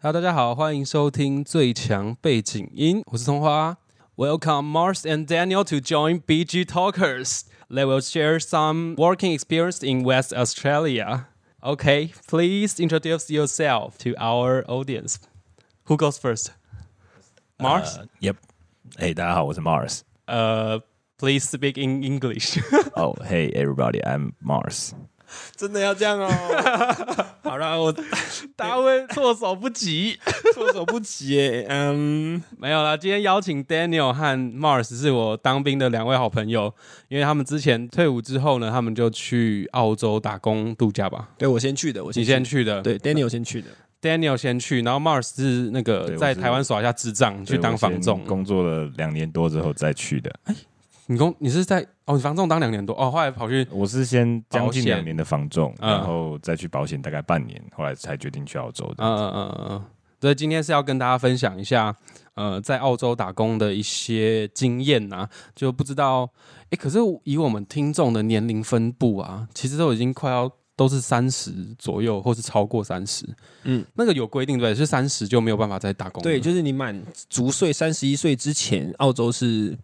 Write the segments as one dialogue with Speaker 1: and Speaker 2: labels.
Speaker 1: Hello，大家好，欢迎收听最强背景音，我是通花。Welcome Mars and Daniel to join BG Talkers. They will share some working experience in West Australia. Okay, please introduce yourself to our audience. Who goes first? Mars.
Speaker 2: Uh, yep. Hey, 大家好，我是 Mars。
Speaker 1: Uh, please speak in English.
Speaker 2: Oh, hey everybody, I'm Mars。
Speaker 3: 真的要这样哦。 好了，我
Speaker 1: 大家会措手不及。
Speaker 3: 措手不及耶。嗯，
Speaker 1: 没有啦，今天邀请 Daniel 和 Mars 是我当兵的两位好朋友，因为他们之前退伍之后呢，他们就去澳洲打工度假吧。
Speaker 3: 对我先去的，我
Speaker 1: 你先去的，
Speaker 3: 对，Daniel 先去的。
Speaker 1: Daniel 先去，然后 Mars 是那个
Speaker 2: 对
Speaker 1: 在
Speaker 2: 我是
Speaker 1: 台湾耍一下智障，去当房
Speaker 2: 对我先
Speaker 1: 仲。嗯
Speaker 2: 工作了两年多之后再去的。
Speaker 1: 你工你是在哦，你房仲当两年多哦，后来跑去
Speaker 2: 我是先将近
Speaker 1: 保险
Speaker 2: 两年的房仲，
Speaker 1: 嗯
Speaker 2: 然后再去保险大概半年，后来才决定去澳洲的。
Speaker 1: 嗯嗯嗯嗯嗯，所以今天是要跟大家分享一下，呃，在澳洲打工的一些经验啊，就不知道，诶，可是以我们听众的年龄分布啊，其实都已经快要都是三十左右，或是超过三十，嗯
Speaker 3: 嗯，
Speaker 1: 那个有规定对不对，是三十就没有办法再打工了，
Speaker 3: 对，就是你满足岁三十一岁之前，澳洲是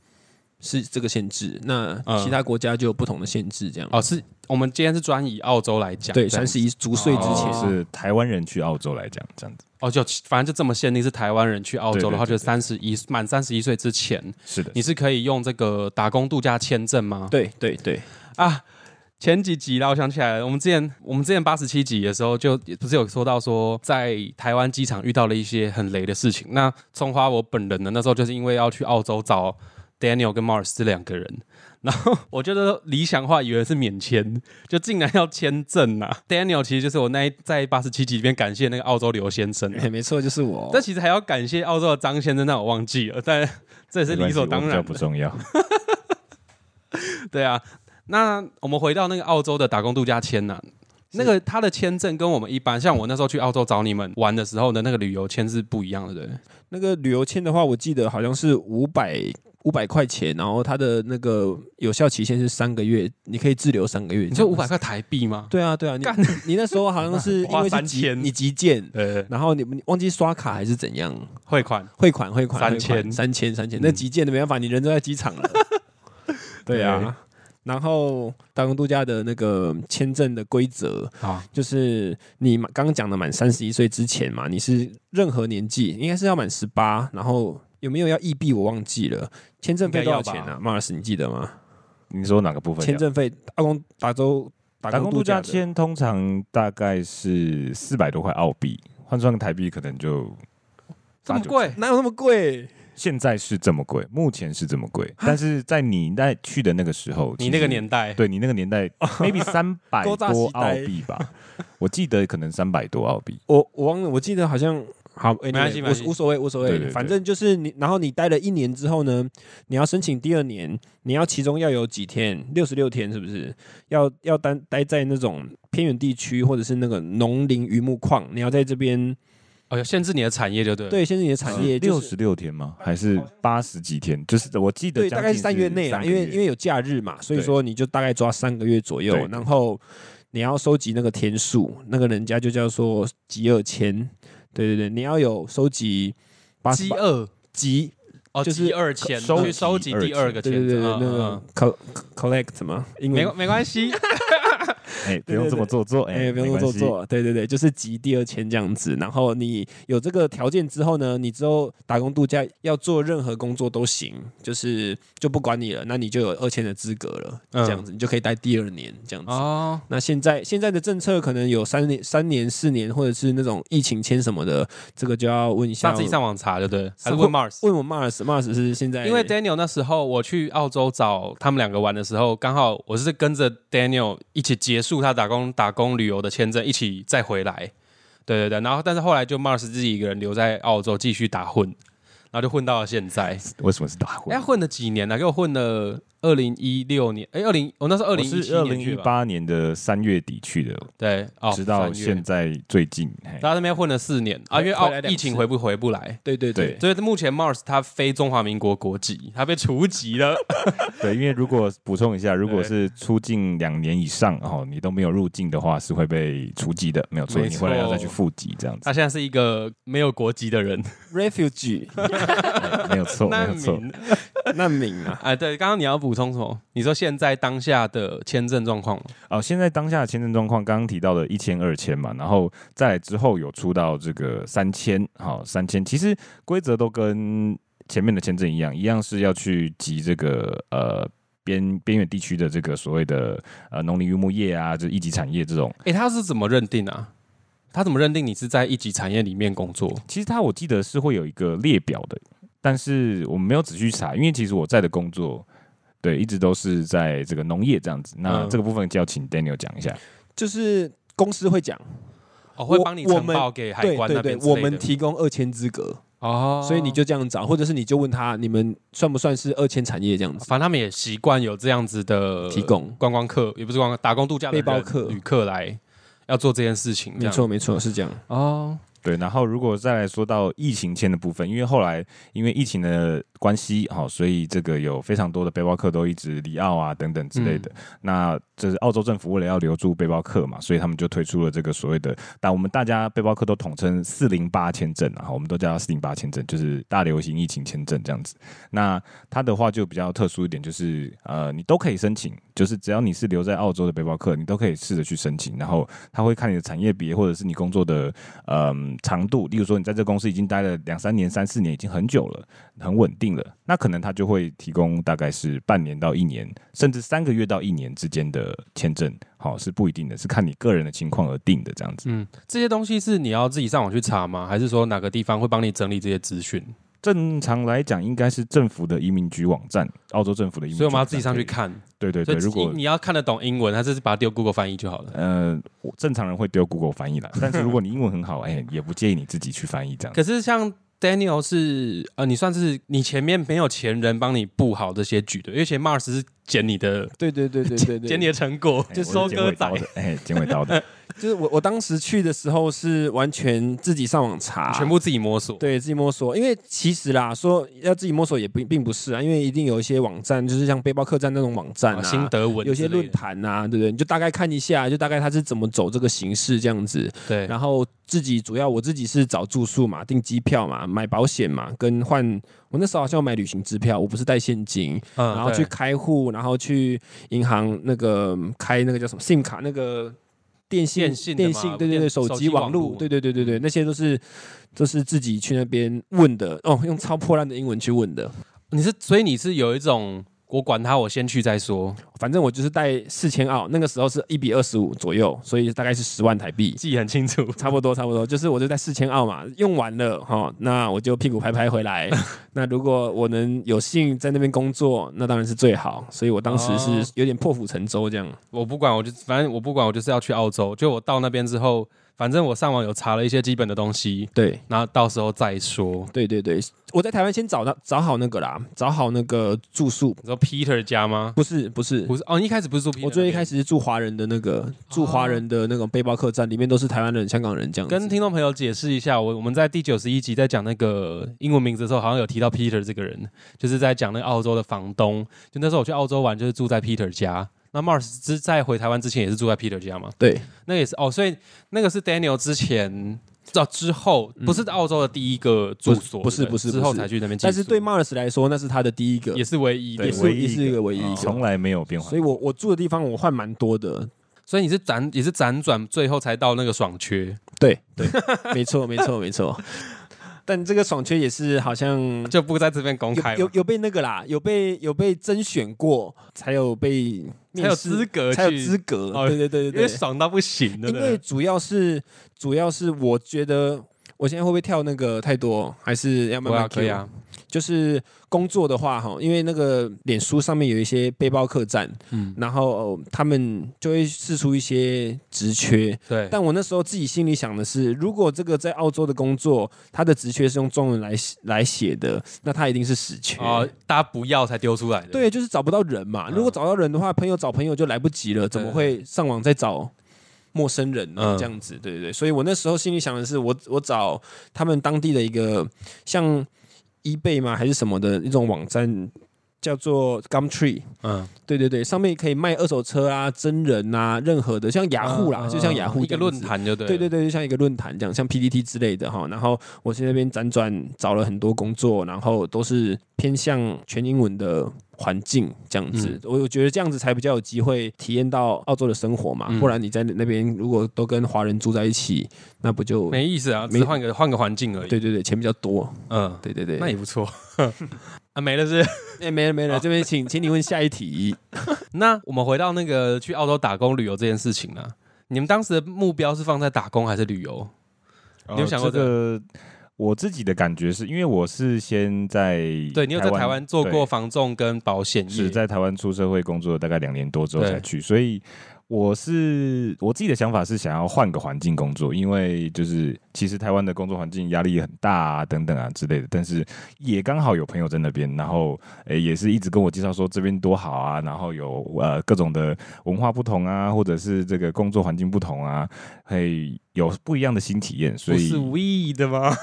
Speaker 3: 是这个限制，那
Speaker 1: 嗯
Speaker 3: 其他国家就有不同的限制，这样。
Speaker 1: 哦，是我们今天是专以澳洲来讲，
Speaker 3: 对，
Speaker 1: 这样
Speaker 3: 三十一足岁之前
Speaker 2: 就，是台湾人去澳洲来讲这样子。
Speaker 1: 哦，就反正就这么限定是台湾人去澳洲
Speaker 2: 对
Speaker 1: 的
Speaker 2: 对
Speaker 1: 话，就
Speaker 2: 对对
Speaker 1: 三十一满三十一岁之前，
Speaker 2: 是的，
Speaker 1: 你是可以用这个打工度假签证吗？
Speaker 3: 对对 对，
Speaker 1: 啊，前几集啦，我想起来了，我们之前我们之前八十七集的时候，就不是有说到说在台湾机场遇到了一些很雷的事情。那葱花我本人呢，那时候就是因为要去澳洲找 Daniel 跟 Mars 这两个人，然后我觉得理想化以为是免签，就竟然要签证呐、Daniel 其实就是我那一在八十七集里面感谢那个澳洲刘先生啊、
Speaker 3: 哎没错，就是我。
Speaker 1: 但其实还要感谢澳洲的张先生，但我忘记了，但这也是
Speaker 2: 没关
Speaker 1: 理
Speaker 2: 系
Speaker 1: 所当
Speaker 2: 我比较
Speaker 1: 然
Speaker 2: 不。重要。
Speaker 1: 对啊，那我们回到那个澳洲的打工度假签呐、那个他的签证跟我们一般，像我那时候去澳洲找你们玩的时候的那个旅游签是不一样的，对不对？
Speaker 3: 那个旅游签的话，我记得好像是五百五百块钱，然后它的那个有效期限是三个月，你可以滞留三个月。
Speaker 1: 你说五百？块台币吗？
Speaker 3: 对啊对啊，你
Speaker 1: 干
Speaker 3: 你那时候好像 是因
Speaker 1: 花
Speaker 3: 为是
Speaker 1: 三
Speaker 3: 急
Speaker 1: 千
Speaker 3: 你急件，
Speaker 1: 呃，
Speaker 3: 然后你们忘记刷卡还是怎样？
Speaker 1: 汇款。
Speaker 3: 汇款汇款
Speaker 1: 三千
Speaker 3: 汇款三千三千，那急件的没办法，你人都在机场了。对啊，然后打工度假的那个签证的规则
Speaker 1: 好，
Speaker 3: 就是你满刚刚讲的满三十一岁之前嘛，你是任何年纪应该是要满十八，然后有没有要异币我忘记了，签证费多少钱
Speaker 1: 应该要
Speaker 3: 啊？马尔斯你记得吗？
Speaker 2: 你说哪个部分呀？
Speaker 3: 签证费打工打州打
Speaker 2: 啊打
Speaker 3: 工
Speaker 2: 工
Speaker 3: 度
Speaker 2: 度
Speaker 3: 假
Speaker 2: 假
Speaker 3: 的
Speaker 2: 签通常大概是四百多块澳币，换算台币可能就
Speaker 1: 这
Speaker 2: 八
Speaker 1: 么
Speaker 2: 九
Speaker 1: 贵？
Speaker 3: 哪有那么贵？
Speaker 2: 现在是这么贵，目前是这么贵，但是在你那去的那个时候，
Speaker 1: 你那
Speaker 2: 其实
Speaker 1: 个年代，
Speaker 2: 对你那个年 代，maybe 三百
Speaker 3: 勾扎西
Speaker 2: 多
Speaker 3: 呆
Speaker 2: 澳币吧，我记得可能三百多澳币。
Speaker 3: 我我忘了，我记得好像好，
Speaker 1: 没关系
Speaker 3: anyway，
Speaker 1: 没关系
Speaker 3: 无无所谓，无所
Speaker 2: 对
Speaker 3: 谓，
Speaker 2: 对对
Speaker 3: 反正就是你，然后你待了一年之后呢，你要申请第二年，你要其中要有几天，六十六天是不是？要要待待在那种偏远地区或者是那个农林渔牧矿，你要在这边
Speaker 1: 哦，有限制你的产业就对了。
Speaker 3: 对，先是你的产业
Speaker 2: 嗯六
Speaker 3: 就
Speaker 2: 十
Speaker 3: 是。
Speaker 2: 六天吗？还是八十几天？就是我记得
Speaker 3: 对，
Speaker 2: 将
Speaker 3: 大
Speaker 2: 近
Speaker 3: 概是三月内啦，
Speaker 2: 三个
Speaker 3: 因为因为有假日嘛，所以说你就大概抓三个月左右
Speaker 2: 对，对
Speaker 3: 然后你要收集那个天数，那个人家就叫做集二千，对对对，你要有收集八十
Speaker 1: 饥饿
Speaker 3: 集
Speaker 1: 哦，
Speaker 3: 就是
Speaker 1: 饥饿签，
Speaker 2: 收集
Speaker 1: 去收集第二个签
Speaker 3: 对对
Speaker 1: 证，
Speaker 3: 对，那
Speaker 1: 嗯嗯
Speaker 3: 个
Speaker 1: 嗯
Speaker 3: co- collect 嘛，英
Speaker 1: 没
Speaker 3: 文
Speaker 1: 关没关 系，
Speaker 2: 哎，不用这么做作，
Speaker 3: 哎，
Speaker 2: 哎，
Speaker 3: 不用做
Speaker 2: 没关系。
Speaker 3: 做，对对对，就是集第二签这样子。然后你有这个条件之后呢，你之后打工度假要做任何工作都行，就是就不管你了，那你就有二签的资格了，
Speaker 1: 嗯
Speaker 3: 这样子你就可以待第二年这样子。
Speaker 1: 哦，
Speaker 3: 那现在现在的政策可能有三年、三年、四年，或者是那种疫情签什么的，这个就要问一
Speaker 1: 那
Speaker 3: 下。
Speaker 1: 自己上网查就对了，还是
Speaker 3: 会
Speaker 1: 问 Mars？
Speaker 3: 问我 Mars，Mars 是现在
Speaker 1: 因
Speaker 2: 哎
Speaker 1: 为 Daniel 那时候我去澳洲找他们两个玩的时候，刚好我是跟着 Daniel 一起结束他打工打工旅游的签证，一起再回来。对对对，然后但是后来就 Mars 自己一个人留在澳洲继续打混，然后就混到了现在。哎
Speaker 2: 为什么是打混
Speaker 1: 啊哎，？混了几年呢、给我混了二零一六年，哎，二零我那是二
Speaker 2: 我
Speaker 1: 零一
Speaker 2: 是
Speaker 1: 七
Speaker 2: 二
Speaker 1: 年
Speaker 2: 零
Speaker 1: 去
Speaker 2: 一
Speaker 1: 吧？
Speaker 2: 八年的三月底去的，
Speaker 1: 对，哦，
Speaker 2: 直到
Speaker 1: 三月
Speaker 2: 现在最近。嘿
Speaker 1: 他在那边混了四年啊，因为
Speaker 3: 回
Speaker 1: 澳
Speaker 3: 来两次
Speaker 1: 疫情回不回不来，
Speaker 3: 对对对
Speaker 2: 对，
Speaker 1: 所以目前 Mars 他非中华民国国籍，他被除籍了。
Speaker 2: 对，因为如果补充一下，如果
Speaker 1: 对
Speaker 2: 是出境两年以上哦，你都没有入境的话，是会被除籍的，没有错。
Speaker 1: 没
Speaker 2: 你回来要
Speaker 1: 错
Speaker 2: 再去复籍这样子
Speaker 1: 他，现在是一个没有国籍的人，
Speaker 3: refugee
Speaker 2: 没有错，没
Speaker 1: 啊难
Speaker 2: 有错。
Speaker 1: 民。
Speaker 3: 难民啊，
Speaker 1: 哎，对，刚刚你要补充什么？你说现在当下的签证状况吗？
Speaker 2: 哦，现在当下的签证状况，刚刚提到的一千、二千嘛，然后再来之后有出到这个三千，好，三千其实规则都跟前面的签证一样，一样是要去集这个呃。边边远地区的这个所谓的呃农林渔牧业啊，就是一级产业这种，
Speaker 1: 哎，他是怎么认定啊？他怎么认定你是在一级产业里面工作？
Speaker 2: 其实它我记得是会有一个列表的，但是我们没有仔细查，因为其实我在的工作，对，一直都是在这个农业这样子。那
Speaker 1: 嗯
Speaker 2: 这个部分就要请 Daniel 讲一下。
Speaker 3: 就是公司会讲，
Speaker 1: 哦，会
Speaker 3: 我
Speaker 1: 帮你
Speaker 3: 我
Speaker 1: 呈
Speaker 3: 们
Speaker 1: 报给海
Speaker 3: 对
Speaker 1: 关
Speaker 3: 对
Speaker 1: 那
Speaker 3: 对，
Speaker 1: 边之
Speaker 3: 我
Speaker 1: 类的
Speaker 3: 们提供二签资格，
Speaker 1: 哦，
Speaker 3: 所以你就这样找，或者是你就问他，你们算不算是二签产业这样子
Speaker 1: 反正他们也习惯有这样子的
Speaker 3: 提供？
Speaker 1: 观光客，也不是观光打工度假的
Speaker 3: 背包
Speaker 1: 人
Speaker 3: 客
Speaker 1: 旅客来要做这件事情，这
Speaker 3: 没
Speaker 1: 样
Speaker 3: 错没错，是这样。
Speaker 1: 哦，
Speaker 2: 对，然后如果再来说到疫情签的部分，因为后来因为疫情的关系，好、所以这个有非常多的背包客都一直离澳啊等等之类的。那这是澳洲政府为了要留住背包客嘛，所以他们就推出了这个所谓的，但我们大家背包客都统称四零八签证啊，好我们都叫它四零八签证，就是大流行疫情签证这样子。那它的话就比较特殊一点，就是呃，你都可以申请，就是只要你是留在澳洲的背包客，你都可以试着去申请，然后他会看你的产业别或者是你工作的嗯长度，例如说你在这公司已经待了两三年、三四年，已经很久了，很稳定了，那可能他就会提供大概是半年到一年，甚至三个月到一年之间的签证，好是不一定的，是看你个人的情况而定的这样子。
Speaker 1: 嗯，这些东西是你要自己上网去查吗？还是说哪个地方会帮你整理这些资讯？
Speaker 2: 正常来讲，应该是政府的移民局网站，澳洲政府的移民局
Speaker 1: 所以我们要
Speaker 2: 网站
Speaker 1: 自己上去看。
Speaker 2: 可以。对对
Speaker 1: 所
Speaker 2: 对，
Speaker 1: 以
Speaker 2: 如果
Speaker 1: 你你要看得懂英文，还是把它丢 Google 翻译就好了。
Speaker 2: 呃，我正常人会丢 Google 翻译啦，但是 如果你英文很好，哎、也不建议你自己去翻译这样。哎
Speaker 1: 可是像 Daniel 是呃，你算是你前面没有前人帮你布好这些局的，因为前 Mars 是捡你的
Speaker 3: 对对对对对对，
Speaker 1: 捡你的成果，
Speaker 2: 哎
Speaker 1: 就
Speaker 2: 我是
Speaker 1: 收
Speaker 2: 剪
Speaker 1: 割
Speaker 2: 尾
Speaker 1: 仔哦
Speaker 2: 刀。的，哎、剪尾刀的，
Speaker 3: 就是我我当时去的时候是完全自己上网查，
Speaker 1: 全部自己摸索，
Speaker 3: 对自己摸索，因为其实啦，说要自己摸索也并并不是啊，因为一定有一些网站，就是像背包客栈那种网站
Speaker 1: 啊，新
Speaker 3: 啊。
Speaker 1: 德文
Speaker 3: 有些
Speaker 1: 之类
Speaker 3: 论
Speaker 1: 的
Speaker 3: 坛啊，对不对？你就大概看一下，就大概它是怎么走这个形式这样子。
Speaker 1: 对，
Speaker 3: 然后自己主要我自己是找住宿嘛，订机票嘛，买保险嘛，跟换我那时候好像有买旅行支票，我不是带现金，
Speaker 1: 嗯
Speaker 3: 然后
Speaker 1: 对
Speaker 3: 去开户，然后去银行那个嗯开那个叫什么 SIM 卡那个。电信
Speaker 1: 电信的
Speaker 3: 电
Speaker 1: 嘛
Speaker 3: 信对对
Speaker 1: 电
Speaker 3: 对，手
Speaker 1: 手
Speaker 3: 机
Speaker 1: 机
Speaker 3: 网
Speaker 1: 网
Speaker 3: 络
Speaker 1: 络嗯
Speaker 3: 对对对对对，那些都是都是自己去那边问的哦，用超破烂的英文去问的。
Speaker 1: 你是，所以你是有一种我管他，我先去再说，
Speaker 3: 反正我就是带四千澳，那个时候是一比二十五左右，所以大概是十万台币。
Speaker 1: 记得很清楚。
Speaker 3: 差不多，差不多，就是我就在四千澳嘛，用完了哈，那我就屁股拍拍回来。那如果我能有幸在那边工作，那当然是最好。所以我当时
Speaker 1: 哦
Speaker 3: 是有点破釜沉舟这样。
Speaker 1: 我不管，我就反正我不管，我就是要去澳洲。就我到那边之后，反正我上网有查了一些基本的东西，
Speaker 3: 对，
Speaker 1: 然后到时候再说。
Speaker 3: 对对对，我在台湾先找到找好那个啦，找好那个住宿，
Speaker 1: 你说 Peter 家吗？
Speaker 3: 不是不是。
Speaker 1: 不是哦，你一开始不是住 Peter，
Speaker 3: 我最一
Speaker 1: 那边
Speaker 3: 开始是住华人的那个，住华人的那种背包客栈，里面都是台湾人、香港人这样子。
Speaker 1: 跟听众朋友解释一下，我我们在第九十一集在讲那个英文名字的时候，好像有提到 Peter 这个人，就是在讲那个澳洲的房东。就那时候我去澳洲玩，就是住在 Peter 家。那 Mars 之在回台湾之前也是住在 Peter 家嘛？
Speaker 3: 对
Speaker 1: 那个也是哦，所以那个是 Daniel 之前到、之后，不是澳洲的第一个住所，
Speaker 3: 不是
Speaker 1: 对对
Speaker 3: 不是不是
Speaker 1: 之后才去那边寄宿，
Speaker 3: 但是对 Mars 来说，那是他的第一个
Speaker 1: 也，是唯一的
Speaker 2: 对。
Speaker 3: 是
Speaker 2: 唯一
Speaker 3: 也是
Speaker 2: 一
Speaker 3: 一
Speaker 2: 个哦
Speaker 3: 个唯一一
Speaker 2: 从
Speaker 3: 个。
Speaker 2: 来没有变化。
Speaker 3: 所以我我住的地方我换蛮多的，
Speaker 1: 所以你是辗也是辗转，最后才到那个爽缺，
Speaker 3: 对对， 没错没错没错。但这个爽缺也是好像
Speaker 1: 就不在这边公开
Speaker 3: 有
Speaker 1: 嘛，
Speaker 3: 有有被那个啦，有被有被甄选过，才有被
Speaker 1: 才有
Speaker 3: 面试
Speaker 1: 资格，
Speaker 3: 才有资，格。
Speaker 1: 哦
Speaker 3: 对对对
Speaker 1: 因
Speaker 3: 对
Speaker 1: 为
Speaker 3: 对，
Speaker 1: 爽到不行的，
Speaker 3: 因为主要是主要是我觉得我现在会不会跳那个太多，还是要慢
Speaker 1: 我要
Speaker 3: 慢 Q？
Speaker 1: 可以啊，
Speaker 3: 就是工作的话，哈，因为那个脸书上面有一些背包客栈，
Speaker 1: 嗯，
Speaker 3: 然后、呃他们就会试出一些职缺。
Speaker 1: 对，
Speaker 3: 但我那时候自己心里想的是，如果这个在澳洲的工作，他的职缺是用中文来写来写的，那他一定是死缺。
Speaker 1: 哦，大家不要才丢出来的，
Speaker 3: 对，就是找不到人嘛。
Speaker 1: 嗯
Speaker 3: 如果找到人的话，朋友找朋友就来不及了，怎么会上网再找陌生人呢？
Speaker 1: 嗯
Speaker 3: 这样子，对对对。所以我那时候心里想的是，我我找他们当地的一个像 eBay 吗还是什么的一种网站，叫做 Gumtree。
Speaker 1: 嗯，
Speaker 3: 对对对，上面可以卖二手车啊、真人啊，任何的，像雅虎啦，
Speaker 1: 嗯
Speaker 3: 就像雅虎
Speaker 1: 一个论。坛就对，
Speaker 3: 对对，对，就像一个论坛这样，像 PDT 之类的哈。然后我去那边辗转找了很多工作，然后都是偏向全英文的环境这样子
Speaker 1: 嗯。
Speaker 3: 我、我觉得这样子才比较有机会体验到澳洲的生活嘛。
Speaker 1: 嗯
Speaker 3: 不然你在那边如果都跟华人住在一起，那不就
Speaker 1: 没意思啊，
Speaker 3: 没
Speaker 1: 只换个换个环境而已，
Speaker 3: 对对对，钱比较多。
Speaker 1: 嗯，
Speaker 3: 对对对，
Speaker 1: 那也不错。 啊，没了是不是。
Speaker 3: 哎、没了没了，这边请请你问下一题。
Speaker 1: 那我们回到那个去澳洲打工旅游这件事情啊，你们当时的目标是放在打工还是旅游？
Speaker 2: 你
Speaker 1: 你有想过
Speaker 2: 这个？我自己的感觉是因为我是先在
Speaker 1: 对你有在台湾做
Speaker 2: 对
Speaker 1: 过房仲跟保险业
Speaker 2: 是，在台湾出社会工作大概两年多之后
Speaker 1: 对
Speaker 2: 才去，所以我是我自己的想法是想要换个环境工作，因为就是其实台湾的工作环境压力很大啊，等等啊之类的，但是也刚好有朋友在那边，然后诶、也是一直跟我介绍说这边多好啊，然后有呃各种的文化不同啊，或者是这个工作环境不同啊，嘿有不一样的新体验，所
Speaker 1: 不
Speaker 2: 以
Speaker 1: 是 we 的吗？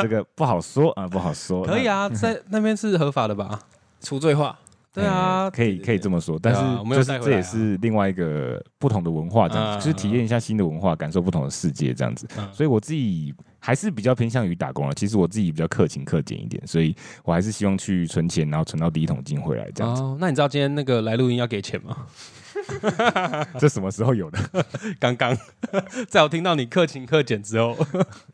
Speaker 2: 这个不好说啊，不好说，
Speaker 1: 可以
Speaker 2: 那。
Speaker 1: 啊，在那边是合法的吧？
Speaker 3: 除罪化，
Speaker 1: 对啊，
Speaker 2: 嗯可以可以这么说，但
Speaker 1: 对啊我
Speaker 2: 是
Speaker 1: 们
Speaker 2: 就
Speaker 1: 有
Speaker 2: 是
Speaker 1: 带
Speaker 2: 这
Speaker 1: 回
Speaker 2: 也
Speaker 1: 来啊
Speaker 2: 是另外一个不同的文化，这样
Speaker 1: 嗯
Speaker 2: 子，就是体验一下新的文化，感受不同的世界这样子。
Speaker 1: 嗯
Speaker 2: 所以我自己还是比较偏向于打工了。啊其实我自己比较克勤克俭一点，所以我还是希望去存钱，然后存到第一桶金回来这样子。
Speaker 1: 哦，那你知道今天那个来录音要给钱吗？
Speaker 2: 这什么时候有的？
Speaker 1: 刚刚 在我听到你克勤克俭之后，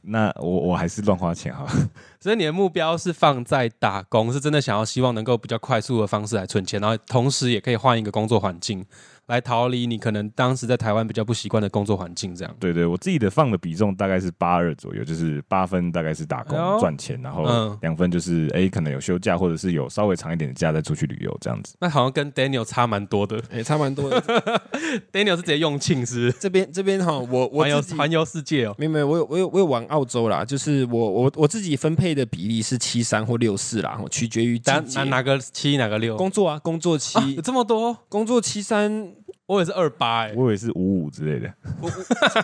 Speaker 2: 那我我还是乱花钱哈。
Speaker 1: 所以你的目标是放在打工，是真的想要希望能够比较快速的方式来存钱，然后同时也可以换一个工作环境，来逃离你可能当时在台湾比较不习惯的工作环境，这样。
Speaker 2: 对对，我自己的放的比重大概是八二左右，就是八分大概是打工
Speaker 1: 哎呦
Speaker 2: 赚钱，然后
Speaker 1: 嗯
Speaker 2: 两分就是哎、可能有休假或者是有稍微长一点的假再出去旅游这样子。
Speaker 1: 那好像跟 Daniel 差蛮多的
Speaker 3: 哎、差蛮多的。
Speaker 1: ，Daniel 是直接用庆是
Speaker 3: 这边这边哈，我
Speaker 1: 不是环
Speaker 3: 我
Speaker 1: 游
Speaker 3: 自己
Speaker 1: 环游世界哦，
Speaker 3: 没有没有，我有我有我有玩澳洲啦，就是我我我自己分配的比例是七三或六四啦，取决于季
Speaker 1: 哪
Speaker 3: 节
Speaker 1: 哪哪个七哪个六
Speaker 3: 工作啊，工作期、
Speaker 1: 啊，有这么多，
Speaker 3: 工作七三
Speaker 1: 我也是二八哎，
Speaker 2: 我以为是五五之类的。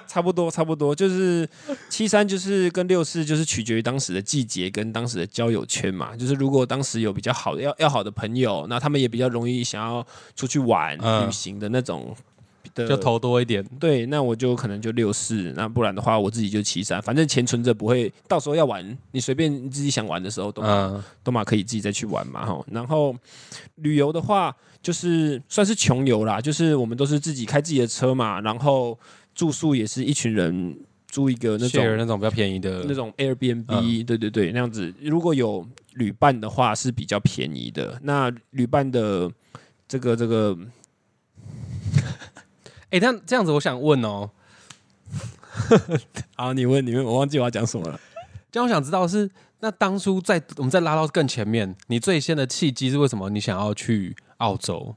Speaker 3: 差不多差不多，就是七三就是跟六四就是取决于当时的季节跟当时的交友圈嘛，就是如果当时有比较好的要要好的朋友，那他们也比较容易想要出去玩、
Speaker 1: 嗯
Speaker 3: 旅行的那种的
Speaker 1: 就投多一点，
Speaker 3: 对，那我就可能就六四，那不然的话我自己就七三，反正钱存着不会，到时候要玩，你随便你自己想玩的时候都可以
Speaker 1: 嗯，
Speaker 3: 都嘛可以自己再去玩嘛哈。然后旅游的话，就是算是穷游啦，就是我们都是自己开自己的车嘛，然后住宿也是一群人住一个那
Speaker 1: share
Speaker 3: 种
Speaker 1: 那种比较便宜的
Speaker 3: 那种 Airbnb，、对对对，那样子如果有旅伴的话是比较便宜的。那旅伴的这个这个
Speaker 1: 哎、但这样子我想问哦，
Speaker 3: 啊，你问你问，我忘记我要讲什么了。
Speaker 1: 这样我想知道是那当初在我们再拉到更前面，你最先的契机是为什么你想要去澳洲？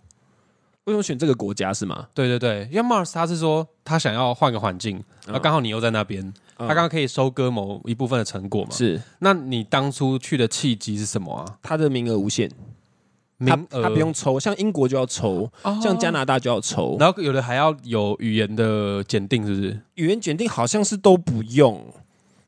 Speaker 3: 为什么选这个国家是吗？
Speaker 1: 对对对，因为 Mars 他是说他想要换个环境，然后刚好你又在那边，他
Speaker 3: 嗯
Speaker 1: 刚刚可以收割某一部分的成果嘛。，
Speaker 3: 是
Speaker 1: 那你当初去的契机是什么啊？
Speaker 3: 它的名额无限，
Speaker 1: 名
Speaker 3: 它
Speaker 1: 额
Speaker 3: 它不，用抽，像英国就要抽，
Speaker 1: 哦
Speaker 3: 像加拿大就要抽，
Speaker 1: 然后有的还要有语言的检定，是不是？
Speaker 3: 语言检定好像是都不用，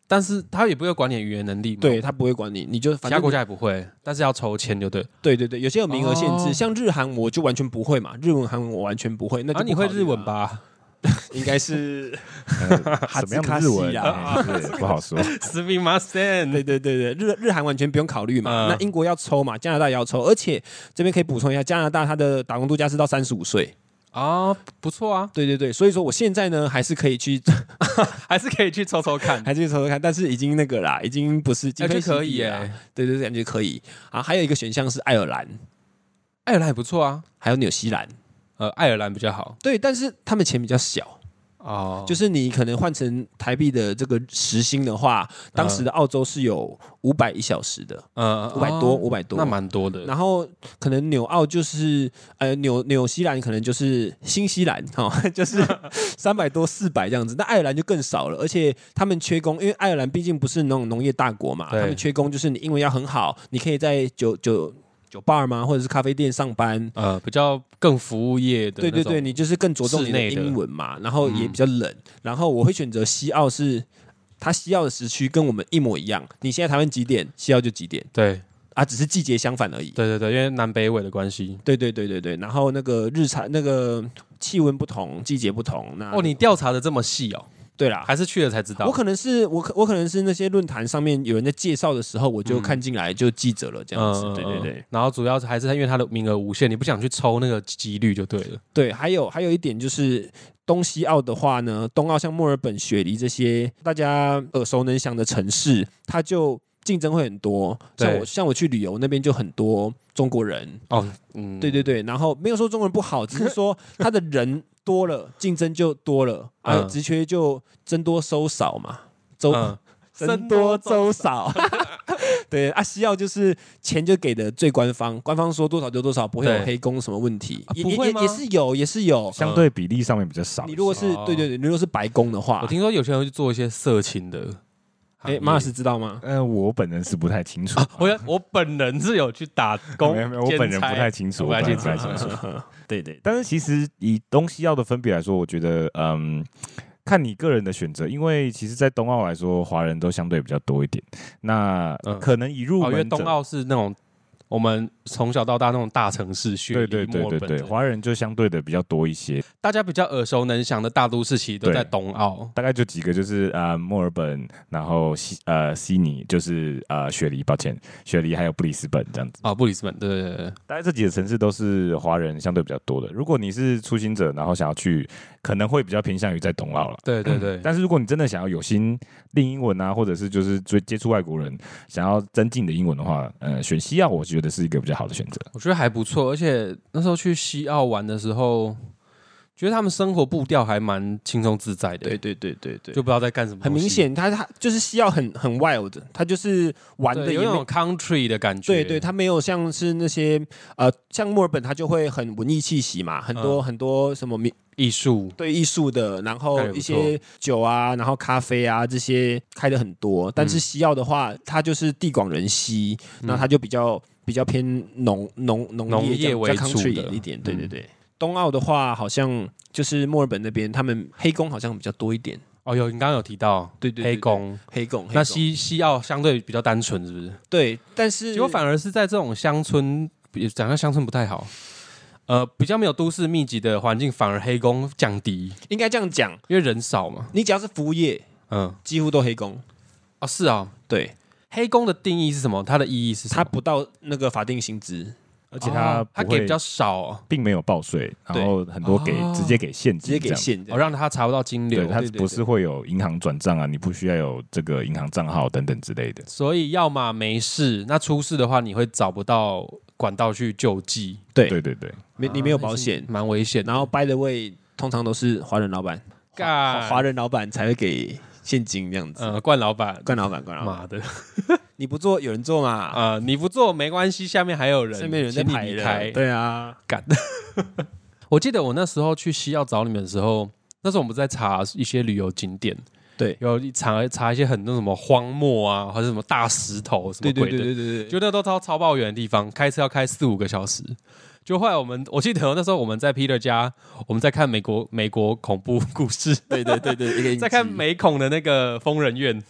Speaker 1: 但是他也不会管你的语言能力嘛，
Speaker 3: 对，他不会管你，你就
Speaker 1: 其
Speaker 3: 反
Speaker 1: 他
Speaker 3: 正
Speaker 1: 国家也不会，但是要抽签就对。
Speaker 3: 对对对，有些有名额限制，
Speaker 1: 哦
Speaker 3: 像日韩我就完全不会嘛，日文韩文我完全不会，那就
Speaker 1: 啊，
Speaker 3: 不
Speaker 1: 你会
Speaker 3: 考虑
Speaker 1: 日文
Speaker 3: 了？
Speaker 1: 吧？
Speaker 3: 应 该是
Speaker 2: 呃什么样的日文？
Speaker 3: 哈
Speaker 2: 哎是不好说。
Speaker 1: 斯密马森，
Speaker 3: 对对对对，日日韩完全不用考虑嘛。
Speaker 1: 嗯
Speaker 3: 那英国要抽嘛，加拿大也要抽，而且这边可以补充一下，加拿大它的打工度假是到三十五岁，
Speaker 1: 啊，不错啊，
Speaker 3: 对对对，所以说我现在呢还是可 以去，，
Speaker 1: 还是可以去抽抽看
Speaker 3: 还是去抽抽看，但是已经那个啦，已经不是
Speaker 1: 感觉哎可以耶、
Speaker 3: 耶，对对对，感觉可以啊。还有一个选项是爱尔兰，
Speaker 1: 爱尔兰也不错啊，
Speaker 3: 还有纽西兰，
Speaker 1: 呃，爱尔兰比较好
Speaker 3: 对，但是他们钱比较小。
Speaker 1: 哦，
Speaker 3: 就是是你可能换成台币的这个时薪的话，当时的澳洲是有五百一小时的，
Speaker 1: 呃
Speaker 3: 五百多，
Speaker 1: 哦
Speaker 3: 五百多，
Speaker 1: 那蛮多的。
Speaker 3: 然后可能纽澳就是呃纽纽西兰可能就是新西兰哈、 哦，就是 三百多四百这样子。那爱尔兰就更少了，而且他们缺工，因为爱尔兰毕竟不是那种农业大国嘛，他
Speaker 1: 对
Speaker 3: 们缺工就是你英文要很好，你可以在酒酒酒吧吗，或者是咖啡店上班。
Speaker 1: 呃，比较更服务业的
Speaker 3: 对
Speaker 1: 那
Speaker 3: 对
Speaker 1: 种，
Speaker 3: 对，你就是更着重你的
Speaker 1: 室内的嗯
Speaker 3: 英文嘛，然后也比较冷。然后我会选择西澳是。它西澳的时区跟我们一模一样，你现在台湾几点，西澳就几点
Speaker 1: 对
Speaker 3: 啊，只是季节相反而已。
Speaker 1: 对对对，因为南北纬的关系。
Speaker 3: 对对对对对，然后那个日产那个气温不同，季节不同。那
Speaker 1: 哦，你调查的这么细哦，
Speaker 3: 对啦，
Speaker 1: 还是去了才知道
Speaker 3: 我。可能是我可我可能是那些论坛上面有人在介绍的时候，我
Speaker 1: 嗯
Speaker 3: 就看进来就记者了这样子。对对对、
Speaker 1: 然后主要是还是因为它的名额无限，你不想去抽那个几率就对了。
Speaker 3: 对，还有还有一点就是。东西澳的话呢，东澳像墨尔本、雪梨这些大家耳熟能详的城市，它就竞争会很多。像
Speaker 1: 对
Speaker 3: 我像我去旅游那边就很多中国人，
Speaker 1: 哦，嗯，
Speaker 3: 对对对，然后没有说中国人不好，只 是说他的人多了，竞争就多了，啊，
Speaker 1: 嗯
Speaker 3: 职缺就僧多粥少嘛，粥
Speaker 1: 嗯，
Speaker 3: 僧多粥少。 对啊，西药就是钱就给的最官方，官方说多少就多少，不会有
Speaker 1: 对
Speaker 3: 黑工什么问题，
Speaker 1: 啊
Speaker 3: 也
Speaker 1: 不
Speaker 3: 也
Speaker 1: 会
Speaker 3: 也
Speaker 1: 吗
Speaker 3: 也是有，也是有。
Speaker 2: 相对比例上面比较少一些。
Speaker 3: 你如果是
Speaker 1: 哦
Speaker 3: 对对对，你如果是白工的
Speaker 2: 啊
Speaker 1: 我
Speaker 3: 话，
Speaker 1: 听说啊有些人会去做一些色情的行业。
Speaker 3: 哎，马老师知道吗？
Speaker 2: 呃，我本人是不太清楚，
Speaker 1: 我有我本人是有去打工，
Speaker 2: 没有没有，我本人不太清楚，
Speaker 1: 我
Speaker 2: 我本
Speaker 1: 本
Speaker 2: 人
Speaker 1: 人
Speaker 2: 不
Speaker 1: 不
Speaker 2: 太
Speaker 1: 太
Speaker 2: 清
Speaker 1: 清
Speaker 2: 楚
Speaker 1: 楚。
Speaker 2: 对对，但是其实以东西澳的分别来说，我觉得嗯。看你个人的选择，因为其实，在冬奥来说，华人都相对比较多一点。那
Speaker 1: 嗯
Speaker 2: 可能以入
Speaker 1: 哦，因为
Speaker 2: 门者，
Speaker 1: 冬奥是那种我们从小到大那种大城市，雪
Speaker 2: 对
Speaker 1: 梨
Speaker 2: 对对
Speaker 1: 墨
Speaker 2: 对
Speaker 1: 尔本
Speaker 2: 对，
Speaker 1: 这
Speaker 2: 华人就相对的比较多一些。
Speaker 1: 大家比较耳熟能详的大都市其实都
Speaker 2: 对
Speaker 1: 在冬奥。
Speaker 2: 大概就几个，就是呃墨尔本，然后悉呃悉尼，就是呃雪梨，抱歉，雪梨还有布里斯本这样子。
Speaker 1: 啊，布里斯本，对对对对，
Speaker 2: 大概这几个城市都是华人相对比较多的。如果你是初心者，然后想要去，可能会比较偏向于在冬奥了。
Speaker 1: 对对对
Speaker 2: 但是如果你真的想要有心练英文啊，或者是就是追接触外国人，想要增进你的英文的话，呃，选西亚我觉得是一个比较好的选择。
Speaker 1: 我觉得还不错。而且那时候去西澳玩的时候，觉得他们生活步调还蛮轻松自在的，
Speaker 3: 对对对对对，
Speaker 1: 就不知道在干什么。
Speaker 3: 很明，显，他他就是西药很很 wild，他就是玩的
Speaker 1: 对，
Speaker 3: 也
Speaker 1: 有
Speaker 3: 没
Speaker 1: 那种 country 的感觉。
Speaker 3: 对对，它没有像是那些呃，像墨尔本，它就会很文艺气息嘛，很
Speaker 1: 嗯
Speaker 3: 多、很多什么民
Speaker 1: 艺术，
Speaker 3: 对艺术的，然后
Speaker 1: 那也不
Speaker 3: 一些酒啊，然后咖啡啊这些开的很多。但
Speaker 1: 嗯
Speaker 3: 是西澳的话，它就是地广人稀，那、它就比较比较偏农农农
Speaker 1: 农
Speaker 3: 业
Speaker 1: 业
Speaker 3: 这样
Speaker 1: 为
Speaker 3: 比较
Speaker 1: 主
Speaker 3: country
Speaker 1: 的嗯
Speaker 3: 一点。对对对，冬奥的话，好像就是墨尔本那边，他们黑工好像比较多一点。
Speaker 1: 哦，有你刚刚有提到
Speaker 3: 对对对
Speaker 1: 黑工，
Speaker 3: 黑工，黑
Speaker 1: 那
Speaker 3: 工
Speaker 1: 西西澳相对比较单纯，是不是？
Speaker 3: 对，但是
Speaker 1: 结果反而是在这种乡村，比讲到乡村不太好，呃，比较没有都市密集的环境，反而黑工降低，
Speaker 3: 应该这样讲，
Speaker 1: 因为人少嘛。
Speaker 3: 你只要是服务业，
Speaker 1: 嗯，
Speaker 3: 几乎都黑工。
Speaker 1: 哦，是啊，
Speaker 3: 对，
Speaker 1: 黑工的定义是什么？它的意义是什
Speaker 3: 他
Speaker 1: 么？
Speaker 3: 不到那个法定薪资，
Speaker 2: 而且它
Speaker 1: 哦它
Speaker 2: 不
Speaker 1: 给
Speaker 2: 会
Speaker 1: 比较少哦，
Speaker 2: 并没有报税，然后很多给
Speaker 1: 哦
Speaker 2: 直接给现
Speaker 3: 直
Speaker 2: 金
Speaker 3: 接
Speaker 2: 这
Speaker 3: 给
Speaker 2: 样，
Speaker 3: 现这
Speaker 1: 哦
Speaker 3: 样。
Speaker 1: 让他查不到金
Speaker 2: 对，
Speaker 1: 流，
Speaker 2: 它
Speaker 3: 对对对
Speaker 2: 不是会有银行转账啊，你不需要有这个银行账号等等之类的。
Speaker 1: 所以要么没事，那出事的话你会找不到管道去救济，
Speaker 2: 对对对，
Speaker 3: 没你
Speaker 1: 啊
Speaker 3: 没有保险，
Speaker 1: 蛮危险的。
Speaker 3: 然后 by the way，通常都是华人老板，华
Speaker 1: 干
Speaker 3: 华人老板才会给现金这样子。
Speaker 1: 呃，冠老板，
Speaker 3: 冠老板，冠老板，
Speaker 1: 妈的，
Speaker 3: 你不做有人做嘛？
Speaker 1: 呃，你不做没关系，下面还有人，
Speaker 3: 身边有人在
Speaker 1: 请你
Speaker 3: 排
Speaker 1: 离
Speaker 3: 的，
Speaker 1: 开
Speaker 3: 对啊，
Speaker 1: 我记得我那时候去西澳找你们的时候，那时候我们在查一些旅游景点，
Speaker 3: 对
Speaker 1: 有查查一些很那什么荒漠啊，还是什么大石头什么
Speaker 3: 对对
Speaker 1: 鬼的，
Speaker 3: 对对对对，
Speaker 1: 就那都超超爆远的地方，开车要开四五个小时。就后来我们，我记得那时候我们在 Peter 家，我们在看美国美国恐怖故事，
Speaker 3: 对对对 对，一个影集
Speaker 1: 在看美恐的那个疯人院，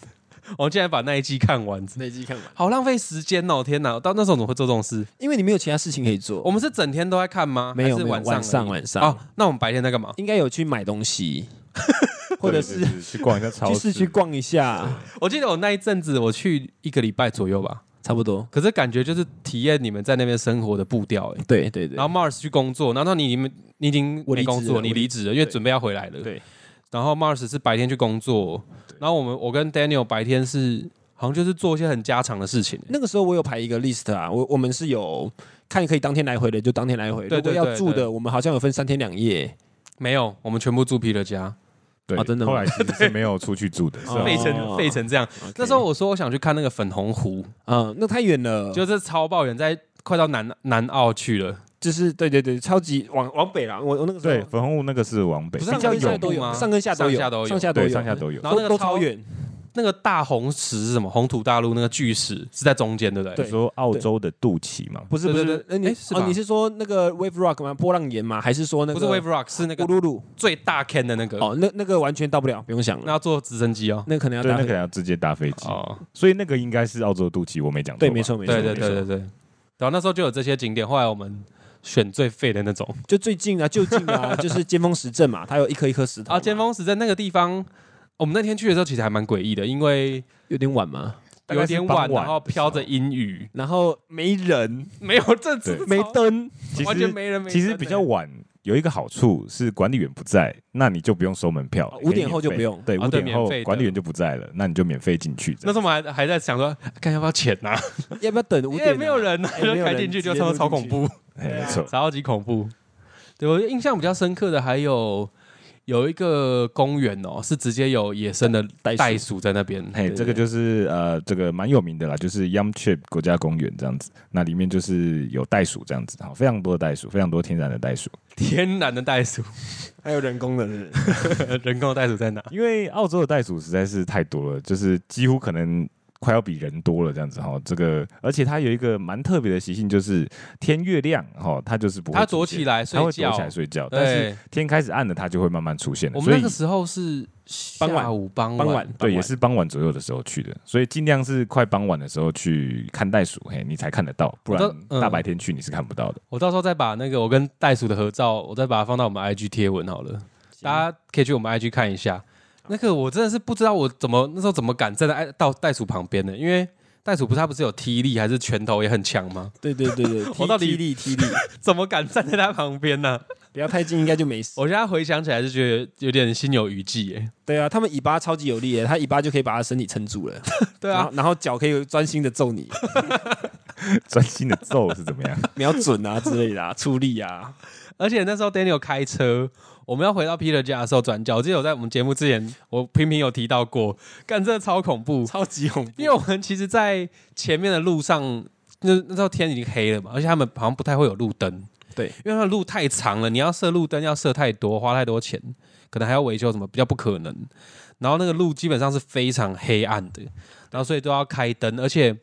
Speaker 1: 我们竟然把那一季看完，
Speaker 3: 那季看完，
Speaker 1: 好浪费时间哦！天哪，到那时候怎么会做这种事？
Speaker 3: 因为你没有其他事情可以做
Speaker 1: 我，们是整天都在看吗？
Speaker 3: 没有
Speaker 1: 还
Speaker 3: 没
Speaker 1: 是
Speaker 3: 有
Speaker 1: 晚
Speaker 3: 哦晚上
Speaker 1: 而已
Speaker 3: 晚上
Speaker 1: 哦，那我们白天在干嘛？
Speaker 3: 应该有去买东西， 或
Speaker 2: 对
Speaker 3: 者是
Speaker 2: 对对去逛一下超
Speaker 3: 去
Speaker 2: 市
Speaker 3: 市区逛一下，
Speaker 1: 我记得我那一阵子我去一个礼拜左右吧，
Speaker 3: 差不多。
Speaker 1: 可是感觉就是体验你们在那边生活的步调、欸，
Speaker 3: 对对对
Speaker 1: 然，后 Mars 去工作，然后你们你已经
Speaker 3: 我
Speaker 1: 没
Speaker 3: 离职
Speaker 1: 工作，
Speaker 3: 了
Speaker 1: 你
Speaker 3: 我离
Speaker 1: 离职了，因为准备要回来了。
Speaker 3: 对。
Speaker 1: 然后 Mars 是白天去工作，然后我们我跟 Daniel 白天是好像就是做一些很家常的事情、欸
Speaker 3: 那个时候我有排一个 list 啊，我我们是有看可以当天来回的就当天来回，
Speaker 1: 对对
Speaker 3: 如果要住
Speaker 1: 对对
Speaker 3: 的，我们好像有分三天两夜，
Speaker 1: 没有，我们全部住皮的家，
Speaker 2: 对，
Speaker 3: 啊真的吗
Speaker 2: 后来其实是没有出去住的，是
Speaker 3: 哦
Speaker 2: 吧
Speaker 1: 废成废成这样。那时候我说我想去看那个粉红湖，
Speaker 3: 嗯，那太远了，就
Speaker 1: 就是超抱远，在快到南南澳去了。
Speaker 3: 就是对对对，超级往往北啦，我我那个时候
Speaker 2: 对，粉红雾那个是往北，
Speaker 1: 不是
Speaker 2: 比
Speaker 1: 上
Speaker 2: 较
Speaker 1: 跟
Speaker 3: 下
Speaker 2: 有
Speaker 3: 都有
Speaker 1: 吗
Speaker 3: 啊上跟下都有，
Speaker 1: 上下都有
Speaker 3: 上下都
Speaker 2: 对
Speaker 3: 有，
Speaker 2: 上下都有。
Speaker 1: 然后那个
Speaker 3: 都
Speaker 1: 超
Speaker 3: 超远，
Speaker 1: 那个大红石是什么红土大陆那个巨石是在中间，对不对？
Speaker 3: 对
Speaker 2: 你说澳洲的肚脐嘛，
Speaker 3: 不是不
Speaker 1: 对
Speaker 3: 是
Speaker 1: 对，对
Speaker 3: 那你
Speaker 1: 诶是吧
Speaker 3: 哦，你是说那个 wave rock 吗？波浪岩吗？还是说那
Speaker 1: 不
Speaker 3: 个
Speaker 1: 是 Wave Rock，是那个
Speaker 3: 咕噜噜？
Speaker 1: 最大坑的那个。
Speaker 3: 哦，那那个完全到不了，不用想
Speaker 1: 那
Speaker 3: 了，
Speaker 1: 要坐直升机哦。
Speaker 3: 那个可能要
Speaker 2: 对，
Speaker 3: 搭
Speaker 2: 那
Speaker 3: 配
Speaker 2: 可能要直接搭飞机，
Speaker 1: 哦，
Speaker 2: 所以那个应该是澳洲肚脐，我没讲错吧。
Speaker 3: 对，没错没错，
Speaker 1: 对对
Speaker 3: 没
Speaker 1: 对
Speaker 3: 错
Speaker 1: 对对。然后那时候就有这些景点，后来我们选最废的那种。
Speaker 3: 就最近啊，就近 啊，就是尖峰石镇嘛，它有一颗一颗石头嘛
Speaker 1: 啊，尖峰石在那个地方，我们那天去的时候其实还蛮诡异的，因为
Speaker 3: 有点晚嘛，
Speaker 2: 大
Speaker 1: 有
Speaker 2: 概是
Speaker 1: 点
Speaker 2: 傍
Speaker 1: 晚，
Speaker 2: 晚
Speaker 1: 然后
Speaker 2: 的时
Speaker 1: 飘着
Speaker 2: 候
Speaker 1: 阴雨，
Speaker 3: 然后没人，
Speaker 1: 没有这这
Speaker 2: 对
Speaker 3: 没灯，
Speaker 2: 其
Speaker 1: 完全
Speaker 2: 实
Speaker 1: 没人没
Speaker 2: 其实
Speaker 1: 灯
Speaker 2: 比
Speaker 1: 欸
Speaker 2: 较晚，有一个好处是管理员不在，那你就不用收门票，
Speaker 3: 哦五点后就
Speaker 2: 可以免费
Speaker 3: 不用
Speaker 2: 对，
Speaker 1: 啊
Speaker 2: 五
Speaker 1: 对
Speaker 2: 点
Speaker 1: 免
Speaker 2: 后
Speaker 1: 费的
Speaker 2: 管理员就不在了，那你就免费进去。
Speaker 1: 那时候我们还还在想说，看要不要钱呐、啊？
Speaker 3: 要不要等五
Speaker 1: 因
Speaker 3: 点
Speaker 1: 为
Speaker 3: 啊？
Speaker 1: 没有人、 啊，
Speaker 3: 哎
Speaker 1: 就
Speaker 3: 没有
Speaker 1: 开
Speaker 3: 人
Speaker 1: 进去就
Speaker 3: 直接
Speaker 1: 超超
Speaker 3: 录进
Speaker 1: 恐
Speaker 3: 去
Speaker 1: 怖，
Speaker 2: 哎， 没错，
Speaker 1: 超级恐怖。对我印象比较深刻的还有有一个公园哦，是直接有野生的
Speaker 3: 袋鼠
Speaker 1: 袋鼠在那边。
Speaker 2: 嘿，
Speaker 1: 对
Speaker 2: 这个就是呃，这个蛮有名的啦，就是 Yamchip 国家公园这样子，那里面就是有袋鼠这样子，好，非常多的袋鼠，非常多天然的袋鼠。
Speaker 1: 天然的袋鼠，
Speaker 3: 还有人工的是不是
Speaker 1: 人工的袋鼠在哪？
Speaker 2: 因为澳洲的袋鼠实在是太多了，就是几乎可能快要比人多了这样子哈。这个，而且它有一个蛮特别的习性，就是天越亮哈，它就是不会
Speaker 1: 它躲
Speaker 2: 出
Speaker 1: 起
Speaker 2: 现，
Speaker 1: 来
Speaker 2: 它
Speaker 1: 睡
Speaker 2: 会躲
Speaker 1: 觉
Speaker 2: 起。来睡觉，但是
Speaker 1: 对，
Speaker 2: 天开始暗了，它就会慢慢出现了。
Speaker 1: 我
Speaker 2: 所
Speaker 1: 们那
Speaker 2: 以
Speaker 1: 个时候是
Speaker 3: 傍晚
Speaker 1: 下午傍
Speaker 3: 傍晚，
Speaker 2: 对，
Speaker 3: 傍
Speaker 2: 也
Speaker 3: 晚
Speaker 2: 是傍晚左右的时候去的，所以尽量是快傍晚的时候去看袋鼠，嘿，你才看得到，不
Speaker 1: 我都
Speaker 2: 然
Speaker 1: 嗯
Speaker 2: 大白天去你是看不到的。
Speaker 1: 我到时候再把那个我跟袋鼠的合照，我再把它放到我们 IG 贴文好了，大家可以去我们 IG 看一下。那个我真的是不知道我怎么那时候怎么敢站在爱哎到袋鼠旁边的，因为袋鼠不是它不是有踢力还是拳头也很强吗？
Speaker 3: 对对对对，踢
Speaker 1: 我到底
Speaker 3: 踢力踢力，
Speaker 1: 怎么敢站在它旁边呢、
Speaker 3: 不要太近，应该就没事。
Speaker 1: 我现在回想起来是觉得有点心有余悸耶。
Speaker 3: 对啊，他们尾巴超级有力耶，他尾巴就可以把他身体撑住了，
Speaker 1: 对
Speaker 3: 然
Speaker 1: 啊
Speaker 3: 后，然后脚可以专心的揍你，
Speaker 2: 专心的揍是怎么样？
Speaker 3: 瞄准啊之类的啊，出力啊，
Speaker 1: 而且那时候 Daniel 开车，我们要回到 Peter 家的时候转角，我记得我在我们节目之前，我频频有提到过，干真的超恐怖，
Speaker 3: 超级恐怖。
Speaker 1: 因为我们其实，在前面的路上，那那时候天已经黑了嘛，而且他们好像不太会有路灯，
Speaker 3: 对，
Speaker 1: 因为它的路太长了，你要设路灯要设太多，花太多钱，可能还要维修什么，比较不可能。然后那个路基本上是非常黑暗的，然后所以都要开灯，而且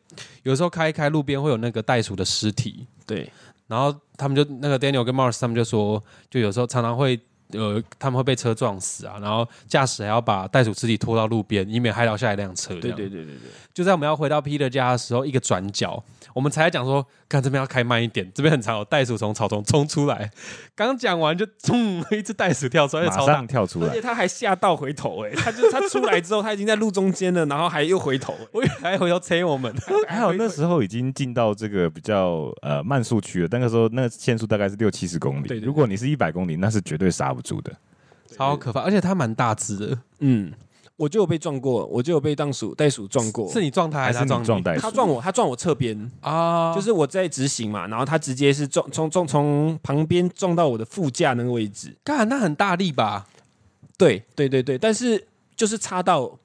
Speaker 1: 有时候开一开路边会有那个袋鼠的尸体，
Speaker 3: 对，
Speaker 1: 然后他们就那个 Daniel 跟 Mars 他们就说，就有时候常常会。呃，他们会被车撞死啊，然后驾驶还要把袋鼠尸体拖到路边，以免害到下一辆车。
Speaker 3: 对对对对对，
Speaker 1: 就在我们要回到 Peter 家的时候，一个转角，我们才在讲说，看这边要开慢一点，这边很常有袋鼠从草丛冲出来。刚讲完就冲，一只袋鼠跳出来，哎而且
Speaker 2: 马
Speaker 1: 超大
Speaker 2: 上。跳出
Speaker 3: 而
Speaker 2: 来
Speaker 3: 且，他还吓到回头，哎，他就他出来之后，他已经在路中间了，然后还又回头，欸
Speaker 1: 我以为还回头催我们，
Speaker 2: 还好那时候已经进到这个比较呃慢速区了，那个时候那个限速大概是六七十公里。
Speaker 3: 对对对
Speaker 2: 如果你是一百公里，那是绝对刹不住的。
Speaker 1: 超可怕，而且它蛮大只的，
Speaker 3: 嗯，我就有被撞过，我就有被袋鼠袋鼠撞过，
Speaker 1: 是你撞哦它还
Speaker 2: 还
Speaker 1: 是它
Speaker 2: 是你
Speaker 1: 撞你？
Speaker 2: 撞袋鼠？
Speaker 3: 他撞我，他撞我侧边，
Speaker 1: 啊，
Speaker 3: 就是我在直行嘛，然后他直接是撞从从从旁边撞到我的副驾那个位置。
Speaker 1: 干，那很大力吧？
Speaker 3: 对对对对，但是就是插到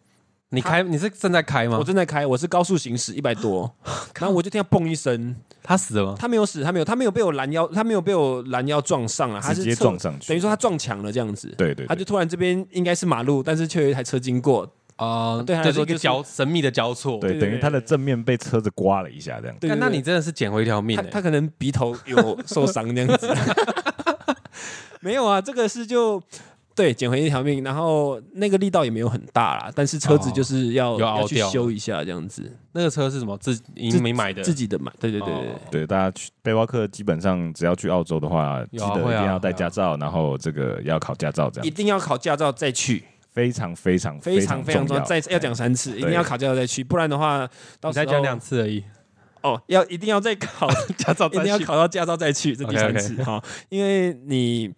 Speaker 1: 你开你是正在开吗
Speaker 3: 我？正在开，我是高速行驶一百 多，然后我就听到嘣一声，
Speaker 1: 他死了吗？
Speaker 3: 他没有死，他没有他没有被我拦腰，他没有被我拦腰撞上啊，他
Speaker 2: 直
Speaker 3: 是
Speaker 2: 接
Speaker 3: 侧
Speaker 2: 撞，上
Speaker 3: 等于
Speaker 2: 去。
Speaker 3: 说他撞墙了这样子。
Speaker 2: 对对
Speaker 3: 他
Speaker 2: 对
Speaker 3: 就突然这边应该是马路，但是却有一台车经过，
Speaker 1: 啊，
Speaker 3: 对它来
Speaker 1: 就是
Speaker 3: 说
Speaker 1: 一个
Speaker 3: 就是
Speaker 1: 交神秘的交错。
Speaker 2: 对，
Speaker 3: 对
Speaker 2: 等于
Speaker 3: 对
Speaker 2: 他的正面被车子刮了一下，这样。
Speaker 3: 对
Speaker 1: 干
Speaker 3: 对
Speaker 1: 那
Speaker 3: 对
Speaker 1: 你真的是捡回一条命
Speaker 3: 他
Speaker 1: 欸。
Speaker 3: 他可能鼻头有受伤这样子。 没有啊，这个是就对捡回一条命，然后那个力道也没有很大啦，但是车子就是要、
Speaker 1: 哦有凹
Speaker 3: 要去
Speaker 1: 掉
Speaker 3: 修一下这样子，
Speaker 1: 那个车是什么？自你没买的？
Speaker 3: 自己的嘛，对对对对对。
Speaker 1: 哦
Speaker 2: 对，大家去背包客基本上只要去澳洲的话，记
Speaker 1: 有啊
Speaker 2: 得一
Speaker 1: 会啊
Speaker 2: 定要
Speaker 1: 会
Speaker 2: 带
Speaker 1: 啊
Speaker 2: 驾照，然后这个要考驾照，这
Speaker 3: 一
Speaker 2: 样
Speaker 3: 定要考驾照再去，
Speaker 2: 非常非常
Speaker 3: 非
Speaker 2: 常
Speaker 3: 常非常重
Speaker 2: 重
Speaker 3: 要，再要讲三次，一定要考驾照再去，不然的话，到
Speaker 1: 你
Speaker 3: 时
Speaker 1: 才
Speaker 3: 候
Speaker 1: 讲两次而 已，
Speaker 3: 哦，要一定要再考，
Speaker 1: 驾照
Speaker 3: 一定要考到驾照再去，这第三
Speaker 1: OK，OK
Speaker 3: 次哈，好因为你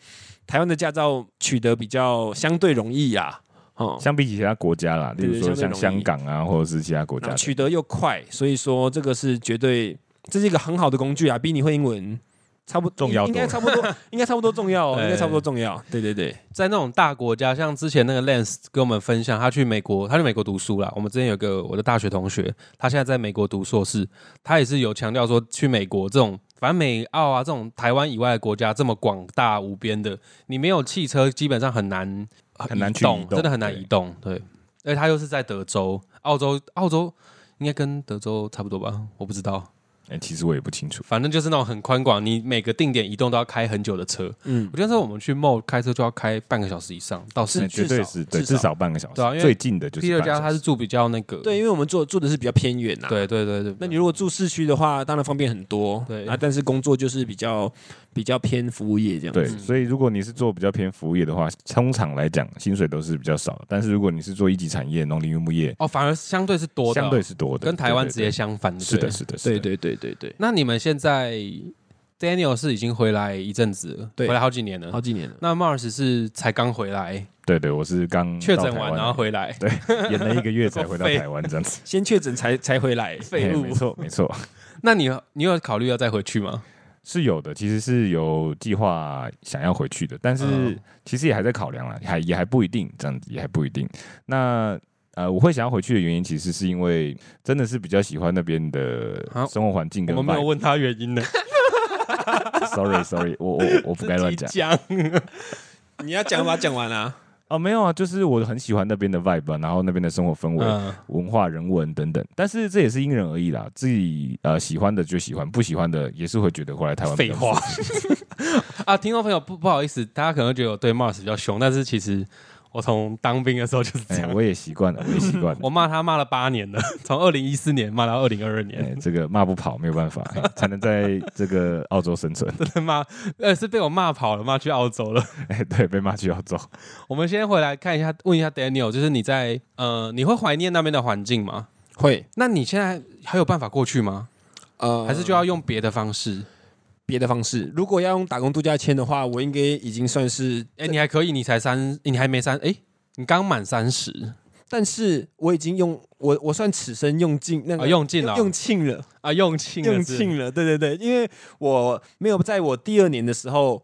Speaker 3: 台湾的驾照取得比较相对容易呀、哦，
Speaker 2: 相比起其他国家啦，例
Speaker 3: 对
Speaker 2: 如说
Speaker 3: 相对
Speaker 2: 像
Speaker 3: 容易
Speaker 2: 香港啊，或者是其他国家
Speaker 3: 然
Speaker 2: 的，
Speaker 3: 后取得又快，所以说这个是绝对，这是一个很好的工具啊，逼你会英文，差不
Speaker 2: 重要
Speaker 3: 应
Speaker 2: 多
Speaker 3: 该
Speaker 2: 了
Speaker 3: 差不多，应该差不多重要哦，
Speaker 1: 哎
Speaker 3: 应该差不多重要。对对对，
Speaker 1: 在那种大国家，像之前那个 Lance 跟我们分享，他去美国，他去美国读书啦。我们之前有个我的大学同学，他现在在美国读硕士，他也是有强调说，去美国这种反正美澳啊这种台湾以外的国家这么广大无边的，你没有汽车，基本上很难
Speaker 2: 很难
Speaker 1: 移
Speaker 2: 去移动
Speaker 1: 真的很难移动。对，而且他又是在德州，澳洲，澳洲应该跟德州差不多吧？我不知道，
Speaker 2: 哎、其实我也不清楚。
Speaker 1: 反正就是那种很宽广，你每个定点移动都要开很久的车。
Speaker 3: 嗯，
Speaker 1: 我觉得我们去 mall 开车就要开半个小时以上到市
Speaker 3: 是
Speaker 2: 那嗯绝对是对，
Speaker 3: 至少
Speaker 2: 至少半个小时。
Speaker 1: 对啊因为
Speaker 2: 最近的就是
Speaker 1: Peter
Speaker 2: 半个
Speaker 1: 家
Speaker 2: 小
Speaker 1: 他是
Speaker 2: 时
Speaker 1: 住比较那个，
Speaker 3: 对，因为我们住住的是比较偏远呐、。
Speaker 1: 对对对对，
Speaker 3: 那你如果住市区的话，当然方便很多。
Speaker 1: 对
Speaker 3: 啊，但是工作就是比较比较偏服务业这样。
Speaker 2: 对，
Speaker 1: 嗯
Speaker 2: 所以如果你是做比较偏服务业的话，通常来讲薪水都是比较少的。但是如果你是做一级产业、农林渔牧业，
Speaker 1: 哦，反而相对是多的哦，
Speaker 2: 相对是多的，
Speaker 1: 跟台湾
Speaker 2: 对
Speaker 1: 直接
Speaker 2: 对
Speaker 1: 相反的，
Speaker 2: 对是的，
Speaker 1: 对。
Speaker 2: 是的，是的。
Speaker 3: 对对对对对，
Speaker 1: 那你们现在 Daniel 是已经回来一阵子了，
Speaker 3: 对
Speaker 1: 回来好几年了
Speaker 3: 好。几年了。
Speaker 1: 那 Mars 是才刚回来，
Speaker 2: 对对，我是刚
Speaker 1: 确
Speaker 2: 嗯到
Speaker 1: 诊
Speaker 2: 台
Speaker 1: 完
Speaker 2: 湾
Speaker 1: 然后回来，
Speaker 2: 演了一个月才回 到
Speaker 1: 废
Speaker 2: 台湾这样子。
Speaker 3: 先确诊才才回来，
Speaker 1: 废
Speaker 2: 嘿没
Speaker 1: 物。
Speaker 2: 错没错，
Speaker 1: 那你你有考虑要再回去吗？
Speaker 2: 是有的，其实是有计划想要回去的，但是
Speaker 1: 嗯
Speaker 2: 其实也还在考量啦，还也还不一定，这样子也还不一定。那呃，我会想要回去的原因，其实是因为真的是比较喜欢那边的
Speaker 1: 啊
Speaker 2: 生活环境
Speaker 1: 我
Speaker 2: 跟
Speaker 1: 们没有
Speaker 2: vibe。
Speaker 1: 问他原因呢，
Speaker 2: Sorry Sorry，我我我不该乱讲
Speaker 1: 自己讲。
Speaker 3: 你要讲把它讲完啊。
Speaker 2: 哦，没有啊，就是我很喜欢那边的 vibe，啊然后那边的生活氛围、
Speaker 1: 嗯，
Speaker 2: 文化、人文等等。但是这也是因人而异啦，自己呃喜欢的就喜欢，不喜欢的也是会觉得回来台湾比
Speaker 1: 废
Speaker 2: 较
Speaker 1: 话 啊，听众朋友不不好意思，大家可能会觉得我对 Mars 比较凶，但是其实我从当兵的时候就是这
Speaker 2: 哎、
Speaker 1: 样。
Speaker 2: 我也习惯了，我也习惯了。
Speaker 1: 我骂他骂了八年了，从二零一四年骂到二零二二
Speaker 2: 哎
Speaker 1: 年，
Speaker 2: 这个骂不跑没有办法，哎才能在这个澳洲生存。
Speaker 1: 真的骂，呃，是被我骂跑了，骂去澳洲了。
Speaker 2: 哎，对，被骂去澳洲。
Speaker 1: 我们先回来看一下，问一下 Daniel，就是你在呃，你会怀念那边的环境吗？
Speaker 3: 会，
Speaker 1: 那你现在还有办法过去吗？
Speaker 3: 呃，
Speaker 1: 还是就要用别的方式？
Speaker 3: 别的方式。如果要用打工度假签的话，我应该已经算是，
Speaker 1: 哎、你还可以，你才三，你还没三，哎、你刚满三十
Speaker 3: 但是我已经用我我算此生用尽那
Speaker 1: 啊，
Speaker 3: 个
Speaker 1: 用尽了
Speaker 3: 用尽了，
Speaker 1: 啊，用尽了
Speaker 3: 用
Speaker 1: 是
Speaker 3: 尽了。对对对，因为我没有在我第二年的时候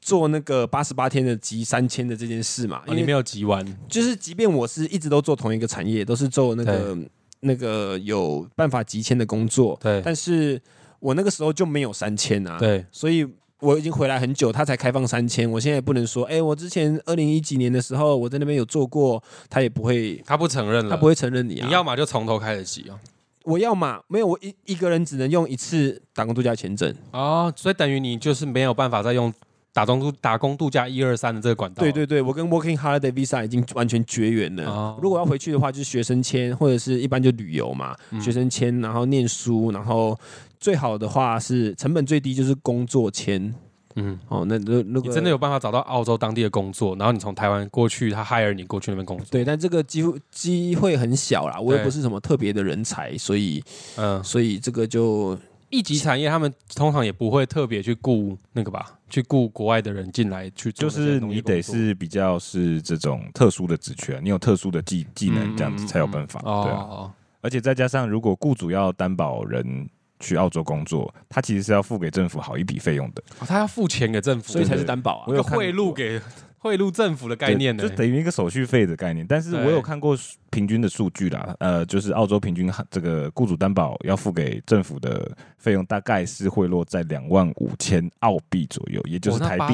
Speaker 3: 做那个八十八天的集三千的这件事嘛，
Speaker 1: 啊，
Speaker 3: 因
Speaker 1: 你没
Speaker 3: 为
Speaker 1: 有集完，
Speaker 3: 就是即便我是一直都做同一个产业，都是做那个那个有办法集签的工作，
Speaker 1: 对
Speaker 3: 但是我那个时候就没有三千啊，
Speaker 1: 对，
Speaker 3: 所以我已经回来很久，他才开放三千。我现在也不能说，哎、我之前二零一几年的时候我在那边有做过，他也不会，
Speaker 1: 他不承认了，
Speaker 3: 他不，会承认你
Speaker 1: 嗯
Speaker 3: 啊。
Speaker 1: 你要么就从头开始集哦。
Speaker 3: 我要嘛，没有我一一个人只能用一次打工度假签证。
Speaker 1: 哦，所以等于你就是没有办法再用打工度打工度假一二三的这个管道了。
Speaker 3: 对对对，我跟 Working Holiday Visa 已经完全绝缘了。
Speaker 1: 哦
Speaker 3: 如果要回去的话，就是学生签或者是一般就旅游嘛，
Speaker 1: 嗯
Speaker 3: 学生签，然后念书，然后最好的话是成本最低就是工作签。
Speaker 1: 嗯，
Speaker 3: 哦，那那那个
Speaker 1: 你真的有办法找到澳洲当地的工作，然后你从台湾过去，他 hire 你过去那边工作。
Speaker 3: 对，但这个机会机会很小啦，我又
Speaker 1: 对
Speaker 3: 不是什么特别的人才，所以
Speaker 1: 嗯，
Speaker 3: 所以这个就
Speaker 1: 一级产业他们通常也不会特别去雇那个吧，去雇国外的人进来去做
Speaker 2: 就
Speaker 1: 那些
Speaker 2: 是
Speaker 1: 农
Speaker 2: 你
Speaker 1: 业工
Speaker 2: 得
Speaker 1: 作
Speaker 2: 是比较是这种特殊的职权，你有特殊的技技能，这样子才有办法。对啊，
Speaker 1: 嗯哦，
Speaker 2: 而且再加上，如果雇主要担保人去澳洲工作，他其实是要付给政府好一笔费用的。
Speaker 1: 哦他要付钱给政府，
Speaker 3: 所以才
Speaker 2: 对
Speaker 3: 是担保
Speaker 2: 我
Speaker 3: 啊。
Speaker 1: 一个
Speaker 2: 有看
Speaker 1: 贿
Speaker 2: 过
Speaker 1: 赂给 贿赂政府的概
Speaker 2: 对
Speaker 1: 念呢
Speaker 2: 就。等于一个手续费的概念。但是我
Speaker 1: 对
Speaker 2: 有看过数平均的数据啦，呃，就是澳洲平均这个雇主担保要付给政府的费用，大概是会落在两万五千澳币左右，也就是
Speaker 1: 哦那
Speaker 2: 台
Speaker 1: 80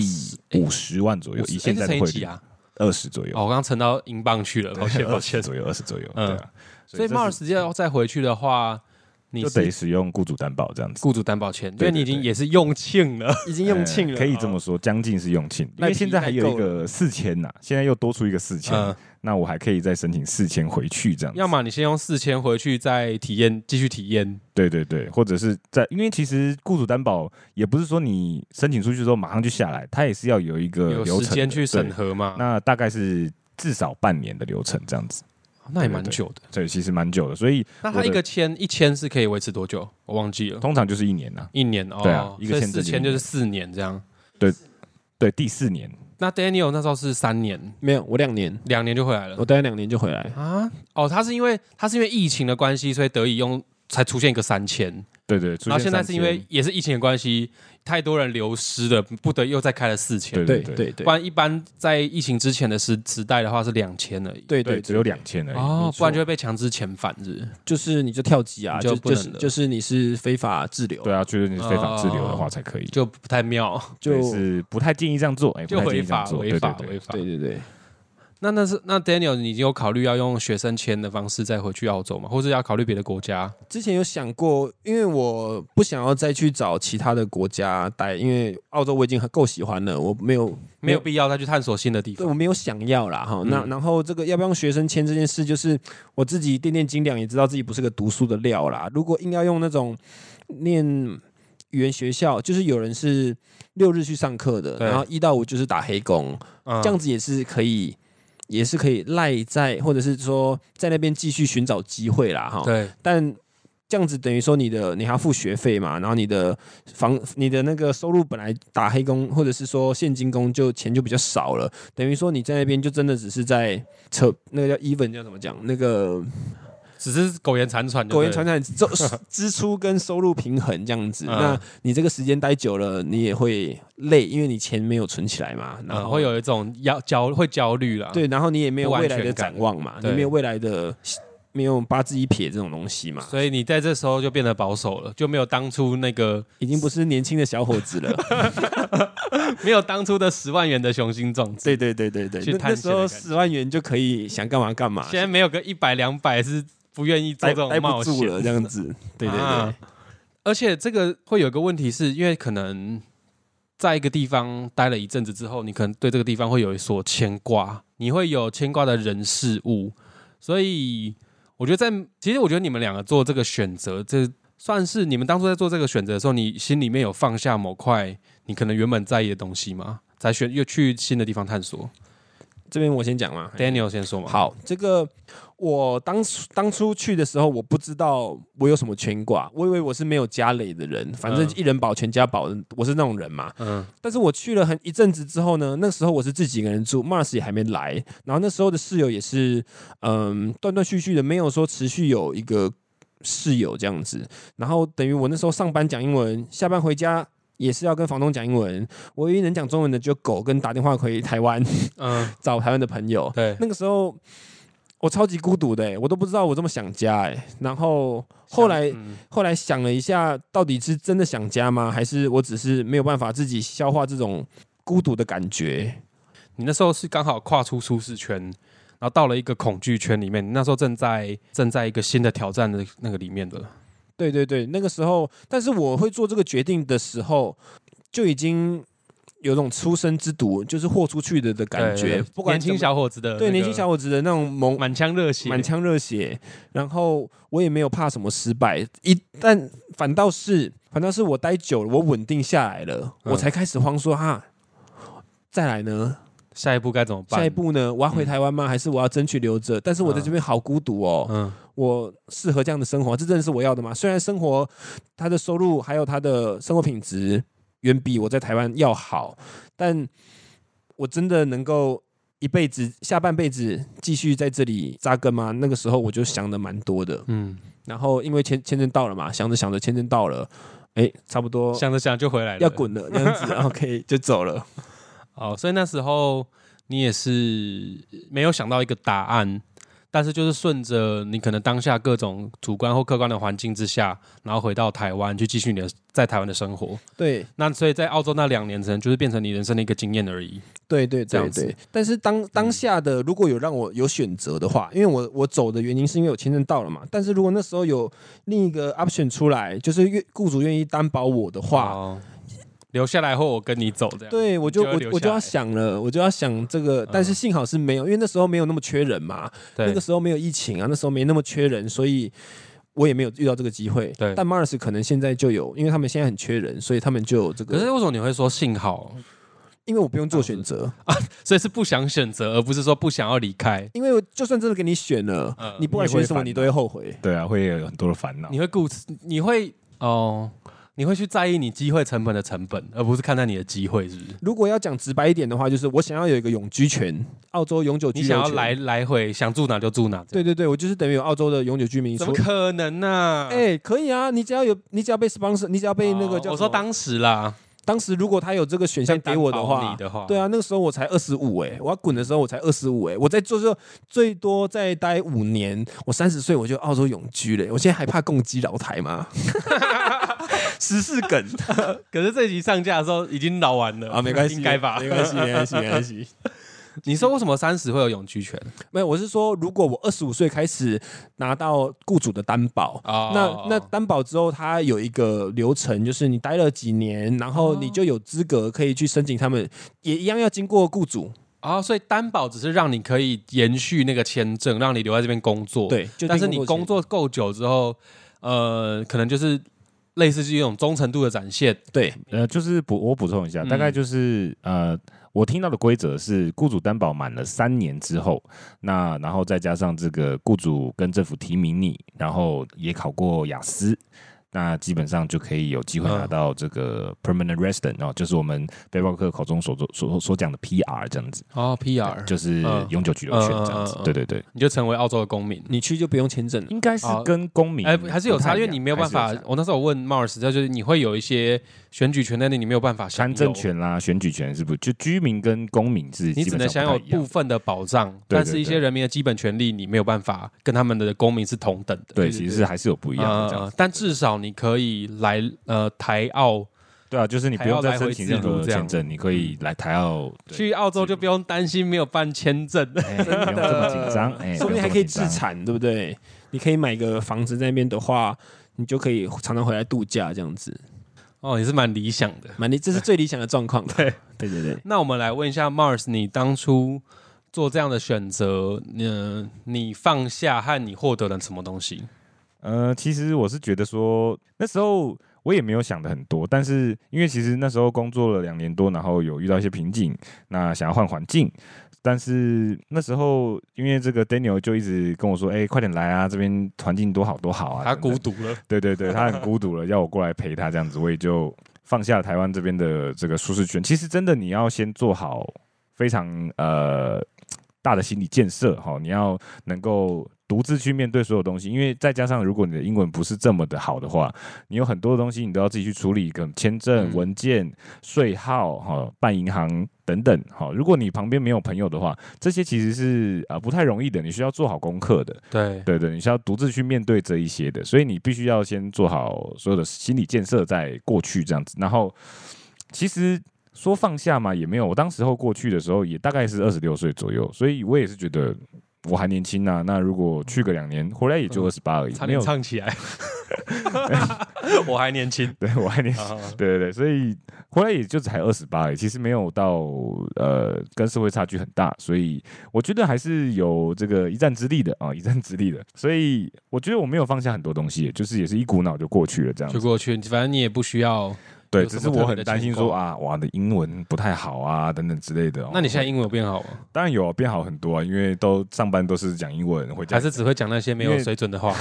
Speaker 2: 币
Speaker 1: 哎
Speaker 2: 五十万左右，以
Speaker 1: 50
Speaker 2: 现
Speaker 1: 哎这
Speaker 2: 在的
Speaker 1: 乘以
Speaker 2: 汇
Speaker 1: 几
Speaker 2: 率
Speaker 1: 啊？
Speaker 2: 二十左右。
Speaker 1: 哦，我刚刚乘到英镑去了，抱 歉抱歉
Speaker 2: 20。左右，二十左右，
Speaker 1: 嗯
Speaker 2: 对啊。
Speaker 1: 所以
Speaker 2: 这是
Speaker 1: Mars 要再回去的话，你
Speaker 2: 就是得使用雇主担保这样子，
Speaker 1: 雇主担保钱，因
Speaker 2: 对
Speaker 1: 为你已
Speaker 2: 对
Speaker 1: 经
Speaker 2: 对
Speaker 1: 也是用尽了。哦
Speaker 3: 已经用罄了、
Speaker 2: 呃可以这么说，将近是用罄，因
Speaker 3: 赖
Speaker 2: 为
Speaker 3: 皮
Speaker 2: 现在还有一
Speaker 3: 赖
Speaker 2: 个四千呐，现在又多出一个四千
Speaker 1: 嗯，
Speaker 2: 那我还可以再申请四千回去这样子。
Speaker 1: 要么你先用四千回去，再体验继续体验，
Speaker 2: 对对对，或者是在，因为其实雇主担保也不是说你申请出去之后马上就下来，它也是要有一个
Speaker 1: 有
Speaker 2: 呃流程
Speaker 1: 时
Speaker 2: 的
Speaker 1: 间去审。
Speaker 2: 对
Speaker 1: 核嘛。那
Speaker 2: 那大概是至少半年的流程这样子，
Speaker 1: 那也蛮久的。
Speaker 2: 对，其实蛮久的，所以
Speaker 1: 那他一个签一签是可以维持多久？我忘记了，
Speaker 2: 通常就是一年呐、
Speaker 1: 一年哦。
Speaker 2: 对啊一
Speaker 1: 所
Speaker 2: 个
Speaker 1: 以
Speaker 2: 签证
Speaker 1: 四
Speaker 2: 就
Speaker 1: 千
Speaker 2: 一
Speaker 1: 就
Speaker 2: 年
Speaker 1: 是四年这样。
Speaker 2: 对，第四年，
Speaker 1: 那 Daniel 那时候是三年，
Speaker 3: 没有，我两年，
Speaker 1: 两年就回来了啊
Speaker 3: 我待了两年就回来。
Speaker 1: 啊。哦，他是因为他是因为疫情的关系，所以得以用才出现一个三千，
Speaker 2: 对对，出
Speaker 1: 然啊后现在
Speaker 2: 三
Speaker 1: 是因
Speaker 2: 千
Speaker 1: 为也是疫情的关系，太多人流失了，不得又再开了四千
Speaker 2: 对。
Speaker 3: 对
Speaker 2: 对
Speaker 3: 对对
Speaker 1: 不然一般在疫情之前的时时代的话是两千而已。
Speaker 3: 对
Speaker 2: 对
Speaker 3: 对，
Speaker 2: 只有两千而已。
Speaker 1: 哦
Speaker 2: 哎没，错
Speaker 1: 不然就会被强制遣返是不是。
Speaker 3: 就是你就跳级啊，
Speaker 1: 你
Speaker 3: 就
Speaker 1: 就不
Speaker 3: 就
Speaker 1: 能
Speaker 3: 是
Speaker 1: 了
Speaker 3: 就是你是非法滞留，
Speaker 2: 对啊，就是你是非法滞留的话
Speaker 1: 啊
Speaker 2: 才可以，
Speaker 1: 就不太妙，
Speaker 2: 所以
Speaker 3: 就是
Speaker 2: 不太建议这样做，哎，
Speaker 1: 就
Speaker 2: 不太建
Speaker 1: 违
Speaker 2: 议这样
Speaker 1: 法，
Speaker 2: 做，
Speaker 1: 违
Speaker 2: 对
Speaker 1: 法，
Speaker 2: 对对
Speaker 1: 违法
Speaker 3: 对。对对，
Speaker 1: 那那是那 Daniel，你有考虑要用学生签的方式再回去澳洲吗？或者要考虑别的国家？
Speaker 3: 之前有想过，因为我不想要再去找其他的国家待，因为澳洲我已经很够喜欢了，我没有
Speaker 1: 没有必要再去探索新的地
Speaker 3: 对
Speaker 1: 方。
Speaker 3: 我没有想要啦哈。
Speaker 1: 嗯
Speaker 3: 那、然后这个要不要用学生签这件事，就是我自己掂掂斤两，也知道自己不是个读书的料啦。如果硬要用那种念语言学校，就是有人是六日去上课的，
Speaker 1: 对
Speaker 3: 然后一到五就是打黑工，
Speaker 1: 嗯
Speaker 3: 这样子也是可以。也是可以赖在，或者是说在那边继续寻找机会啦，哈。
Speaker 1: 对，
Speaker 3: 但这样子等于说你的你还要付学费嘛，然后你的房你的那个收入本来打黑工或者是说现金工就钱就比较少了，等于说你在那边就真的只是在扯那个叫 even 叫怎么讲那个
Speaker 1: 只是苟延残喘就对了，
Speaker 3: 苟延残喘，支支出跟收入平衡这样子。
Speaker 1: 嗯
Speaker 3: 那你这个时间待久了，你也会累，因为你钱没有存起来嘛，然
Speaker 1: 嗯，
Speaker 3: 后
Speaker 1: 会。有一种焦焦会焦虑啦。，
Speaker 3: 对，然后你也没有
Speaker 1: 不安
Speaker 3: 未来
Speaker 1: 全
Speaker 3: 的
Speaker 1: 感
Speaker 3: 展望嘛，你
Speaker 1: 对
Speaker 3: 没有未来的，没有八字一撇这种东西嘛，
Speaker 1: 所以你在这时候就变得保守了，就没有当初那个
Speaker 3: 已经不是年轻的小伙子了。
Speaker 1: 没有当初的十万元的雄心壮 志。
Speaker 3: 对对对对对，
Speaker 1: 去
Speaker 3: 那
Speaker 1: 探
Speaker 3: 那
Speaker 1: 险
Speaker 3: 时
Speaker 1: 的感
Speaker 3: 候十万元就可以想干嘛干嘛，
Speaker 1: 现在没有个一百两百是不愿意做
Speaker 3: 啊待
Speaker 1: 这
Speaker 3: 待
Speaker 1: 种
Speaker 3: 不
Speaker 1: 冒
Speaker 3: 住
Speaker 1: 险
Speaker 3: 了这 样子。对对对
Speaker 1: 啊，而且这个会有一个问题是，因为可能在一个地方待了一阵子之后，你可能对这个地方会有所牵挂，你会有牵挂的人事物，所以我觉得在其实我觉得你们两个做这个选择，这算是你们当初在做这个选择的时候，你心里面有放下某块你可能原本在意的东西吗？才选又去新的地方探索。
Speaker 3: 这边我先讲嘛。
Speaker 1: Daniel 先说嘛，，
Speaker 3: 好，这个我当初当初去的时候，我不知道我有什么牵挂，我以为我是没有家累的人，反正
Speaker 1: 嗯
Speaker 3: 一人保全家保，我是那种人嘛。
Speaker 1: 嗯，
Speaker 3: 但是我去了很一阵子之后呢，那时候我是自己一个人住，Mars 也还没来，然后那时候的室友也是，嗯，断断续续的，没有说持续有一个室友这样子。然后等于我那时候上班讲英文，下班回家也是要跟房东讲英文，我唯一能讲中文的就狗跟打电话回台湾
Speaker 1: 嗯，
Speaker 3: 找台湾的朋友。
Speaker 1: 对，
Speaker 3: 那个时候我超级孤独的、欸，我都不知道我这么想家哎、然后后来。
Speaker 1: 嗯
Speaker 3: 后来想了一下，到底是真的想家吗？还是我只是没有办法自己消化这种孤独的感觉？
Speaker 1: 你那时候是刚好跨出舒适圈，然后到了一个恐惧圈里面，你那时候正在正在一个新的挑战的那个里面的了。
Speaker 3: 对对对，那个时候，但是我会做这个决定的时候，就已经有种出生之毒，就是豁出去的的感觉。
Speaker 1: 对
Speaker 3: 不管
Speaker 1: 年轻
Speaker 3: 怎么
Speaker 1: 小伙子的那个、
Speaker 3: 对年轻小伙子的那种萌
Speaker 1: 满腔热血，
Speaker 3: 满腔热血，然后我也没有怕什么失败，一但反倒是反倒是我待久了，我稳定下来了，
Speaker 1: 嗯
Speaker 3: 我才开始慌说哈，再来呢，
Speaker 1: 下一步该怎么办？
Speaker 3: 下一，步呢？我要
Speaker 1: 嗯
Speaker 3: 回台湾吗？还是我要争取留着？但是我在这边好孤独哦，
Speaker 1: 嗯，
Speaker 3: 我适合这样的生活？这真的是我要的吗？虽然生活他的收入还有他的生活品质远比我在台湾要好，但我真的能够一辈子下半辈子继续在这里扎根吗？那个时候我就想的蛮多的。
Speaker 1: 嗯，
Speaker 3: 然后因为签签证到了嘛，想着想着签证到了，哎，差不多
Speaker 1: 想着想就回来了，
Speaker 3: 要。滚了，这 样子，OK 就走了。
Speaker 1: 哦，所以那时候你也是没有想到一个答案，但是就是顺着你可能当下各种主观或客观的环境之下，然后回到台湾去继续你的在台湾的生活。
Speaker 3: 对，
Speaker 1: 那所以在澳洲那两年，可能就是变成你人生的一个经验而已。
Speaker 3: 对对
Speaker 1: 这
Speaker 3: 对
Speaker 1: 样子嗯
Speaker 3: 对，但是当当下的如果有让我有选择的话，因为我我走的原因是因为我签证到了嘛，但是如果那时候有另一个 option 出来，就是愿雇主愿意担保我的话，
Speaker 1: 哦，留下来或我跟你走这样。
Speaker 3: 对我就
Speaker 1: 你就会
Speaker 3: 我
Speaker 1: 留
Speaker 3: 我就
Speaker 1: 下
Speaker 3: 要
Speaker 1: 来嗯
Speaker 3: 想了，我就要想这个，但是幸好是没有，因为那时候没有那么缺人嘛，那
Speaker 1: 对
Speaker 3: 个时候没有疫情啊，那时候没那么缺人，所以。我也没有遇到这个机会，
Speaker 1: 对
Speaker 3: 但马尔斯可能现在就有，因为他们现在很缺人，所以他们就有这
Speaker 1: 可是嗯
Speaker 3: 个，
Speaker 1: 为什么你会说幸好？
Speaker 3: 因为我不用做选择，
Speaker 1: 所以是不想选择，而不是说不想要离开。
Speaker 3: 因为就算真的给你选了，
Speaker 1: 嗯
Speaker 3: 你不管选什么，
Speaker 2: 你
Speaker 3: 你
Speaker 2: 也会
Speaker 3: 都会后悔。
Speaker 2: 对啊，会有很多的烦恼
Speaker 1: 你。会顾此，你会哦，你会去在意你机会成本的成本，而不是看待你的机会，是不是？
Speaker 3: 如果要讲直白一点的话，就是我想要有一个永居权，澳洲永久居
Speaker 1: 你
Speaker 3: 留
Speaker 1: 想要
Speaker 3: 权
Speaker 1: 来来回，想住哪就住哪，
Speaker 3: 对对对，我就是等于有澳洲的永久居民。
Speaker 1: 怎
Speaker 3: 除
Speaker 1: 么可能呢、
Speaker 3: 哎、可以啊，你只要有，你只要被 sponsor，你只要被那个
Speaker 1: 哦
Speaker 3: 叫什么、
Speaker 1: 我说当时啦，
Speaker 3: 当时如果他有这个选项给我的
Speaker 1: 担保
Speaker 3: 话
Speaker 1: 你，的话，
Speaker 3: 对啊，那个时候我才二十五哎，我要滚的时候我才二十五哎，我在做这最多再待五年，我三十岁我就澳洲永居了欸，我现在还怕共机老 台吗？时事梗
Speaker 1: 可是这集上架的时候已经老完了
Speaker 3: 啊，没关系，
Speaker 1: 应该吧
Speaker 3: 没？关系，没关系，没关系。
Speaker 1: 你说为什么三十会有永居权
Speaker 3: 没有，我是说，如果我二十五岁开始拿到雇主的担保，
Speaker 1: 啊
Speaker 3: 那那担保之后，它有一个流程，就是你待了几年，然后你就有资格可以去申请他们，也一样要经过雇主，
Speaker 1: 哦，所以担保只是让你可以延续那个签证，让你留在这边工作。，
Speaker 3: 对，就
Speaker 1: 哦但是
Speaker 3: 经
Speaker 1: 你
Speaker 3: 过
Speaker 1: 工作够久之后，呃，可能就是类似是一种忠诚度的展现。
Speaker 3: 对
Speaker 2: 呃，就是补我补充一下，大概
Speaker 1: 嗯
Speaker 2: 就是呃，我听到的规则是，雇主担保满了三年之后，那然后再加上这个雇主跟政府提名你，然后也考过雅思。那基本上就可以有机会拿
Speaker 1: 嗯
Speaker 2: 到这个 permanent resident，、哦，就是我们背包客口中所做所所讲的 PR 这样子，
Speaker 1: 哦，PR
Speaker 2: 就是
Speaker 1: 嗯
Speaker 2: 永久居留权这样子。
Speaker 1: 嗯嗯嗯嗯
Speaker 2: 对对对，
Speaker 1: 你就成为澳洲的公民。
Speaker 3: 你去就不用签证了。
Speaker 2: 应该是
Speaker 1: 哦
Speaker 2: 跟公民
Speaker 1: 哎、还是有
Speaker 2: 不
Speaker 1: 差，因
Speaker 2: 太一
Speaker 1: 为
Speaker 2: 样
Speaker 1: 你没有
Speaker 2: 还
Speaker 1: 办
Speaker 2: 是
Speaker 1: 法
Speaker 2: 有差。
Speaker 1: 我那时候我问 Mars，就是你会有一些选举权，但是你没有办法享
Speaker 2: 参
Speaker 1: 有
Speaker 2: 政，权啦、选举权是不是就居民跟公民是
Speaker 1: 你
Speaker 2: 基
Speaker 1: 只
Speaker 2: 本
Speaker 1: 能
Speaker 2: 上
Speaker 1: 享
Speaker 2: 不太
Speaker 1: 有
Speaker 2: 一样
Speaker 1: 部分的保障，
Speaker 2: 对
Speaker 1: 但
Speaker 2: 对
Speaker 1: 是一些
Speaker 2: 对
Speaker 1: 人民的基本权利你没有办法跟他们的公民是同等的。
Speaker 2: 对，
Speaker 3: 对
Speaker 2: 其
Speaker 3: 对
Speaker 2: 实
Speaker 3: 对
Speaker 2: 是还是有不一样的这样
Speaker 1: 呃
Speaker 2: 子。
Speaker 1: 但至少你可以来呃台澳
Speaker 2: 对啊，就是你不用再申请任
Speaker 1: 还要来
Speaker 2: 何
Speaker 1: 回自如这样
Speaker 2: 签证，你可以来台澳对
Speaker 1: 去澳洲就不用担心没有办签证。
Speaker 2: 哎不用这么紧张，哎，
Speaker 3: 说不
Speaker 2: 用这
Speaker 3: 定还
Speaker 2: 么
Speaker 3: 可以
Speaker 2: 紧
Speaker 3: 自
Speaker 2: 张。
Speaker 3: 产，对不对？你可以买个房子在那边的话，你就可以常常回来度假，这样子，
Speaker 1: 哦，也是蛮理想的。
Speaker 3: 蛮理，这是最理想的状况。对，对对对。
Speaker 1: 那我们来问一下 Mars，你当初做这样的选择，嗯、你放下和你获得了什么东西？
Speaker 2: 呃，其实我是觉得说那时候我也没有想的很多，但是因为其实那时候工作了两年多，然后有遇到一些瓶颈，那想要换环境。但是那时候，因为这个 Daniel 就一直跟我说：“哎、快点来啊，这边环境多好多好啊！”
Speaker 1: 他
Speaker 2: 等等
Speaker 1: 孤独了，
Speaker 2: 对对对，他很孤独了，要我过来陪他这样子，我也就放下台湾这边的这个舒适圈。其实真的你要先做好非常呃大的心理建设，哈，你要能够。独自去面对所有东西，因为再加上如果你的英文不是这么的好的话，你有很多东西你都要自己去处理，跟签证、
Speaker 1: 嗯
Speaker 2: 文件、税号、哈、办银行等等，哈。如果你旁边没有朋友的话，这些其实是啊、呃不太容易的，你需要做好功课的。
Speaker 1: 对，
Speaker 2: 对对，你是要独自去面对这一些的，所以你必须要先做好所有的心理建设，在过去这样子。然后，其实说放下嘛，也没有。我当时候过去的时候，也大概是二十六岁左右，所以我也是觉得我还年轻啊。那如果去个两年，回来也就二十八而已，
Speaker 1: 嗯差
Speaker 2: 没
Speaker 1: 点
Speaker 2: 有
Speaker 1: 唱起来。 我还年 轻
Speaker 2: 对我还年轻。
Speaker 1: 啊，
Speaker 2: 对对对，所以回来也就才二十八而已，其实没有到呃跟社会差距很大，所以我觉得还是有这个一战之力的啊、一战之力的。所以我觉得我没有放下很多东西，就是也是一股脑就过去了这样
Speaker 1: 就
Speaker 2: 子。
Speaker 1: 过去，反正你也不需要。
Speaker 2: 对，
Speaker 1: 有
Speaker 2: 只
Speaker 1: 什
Speaker 2: 是
Speaker 1: 么特
Speaker 2: 我
Speaker 1: 别
Speaker 2: 很
Speaker 1: 的
Speaker 2: 担心
Speaker 1: 情
Speaker 2: 说
Speaker 1: 况
Speaker 2: 啊，我的英文不太好啊等等之类的、哦哦
Speaker 1: 那你现在英文有变好吗？
Speaker 2: 当然有变好很多啊，因为都上班都是讲英文，回家
Speaker 1: 还是只会讲那些没有
Speaker 2: 因为
Speaker 1: 水准的话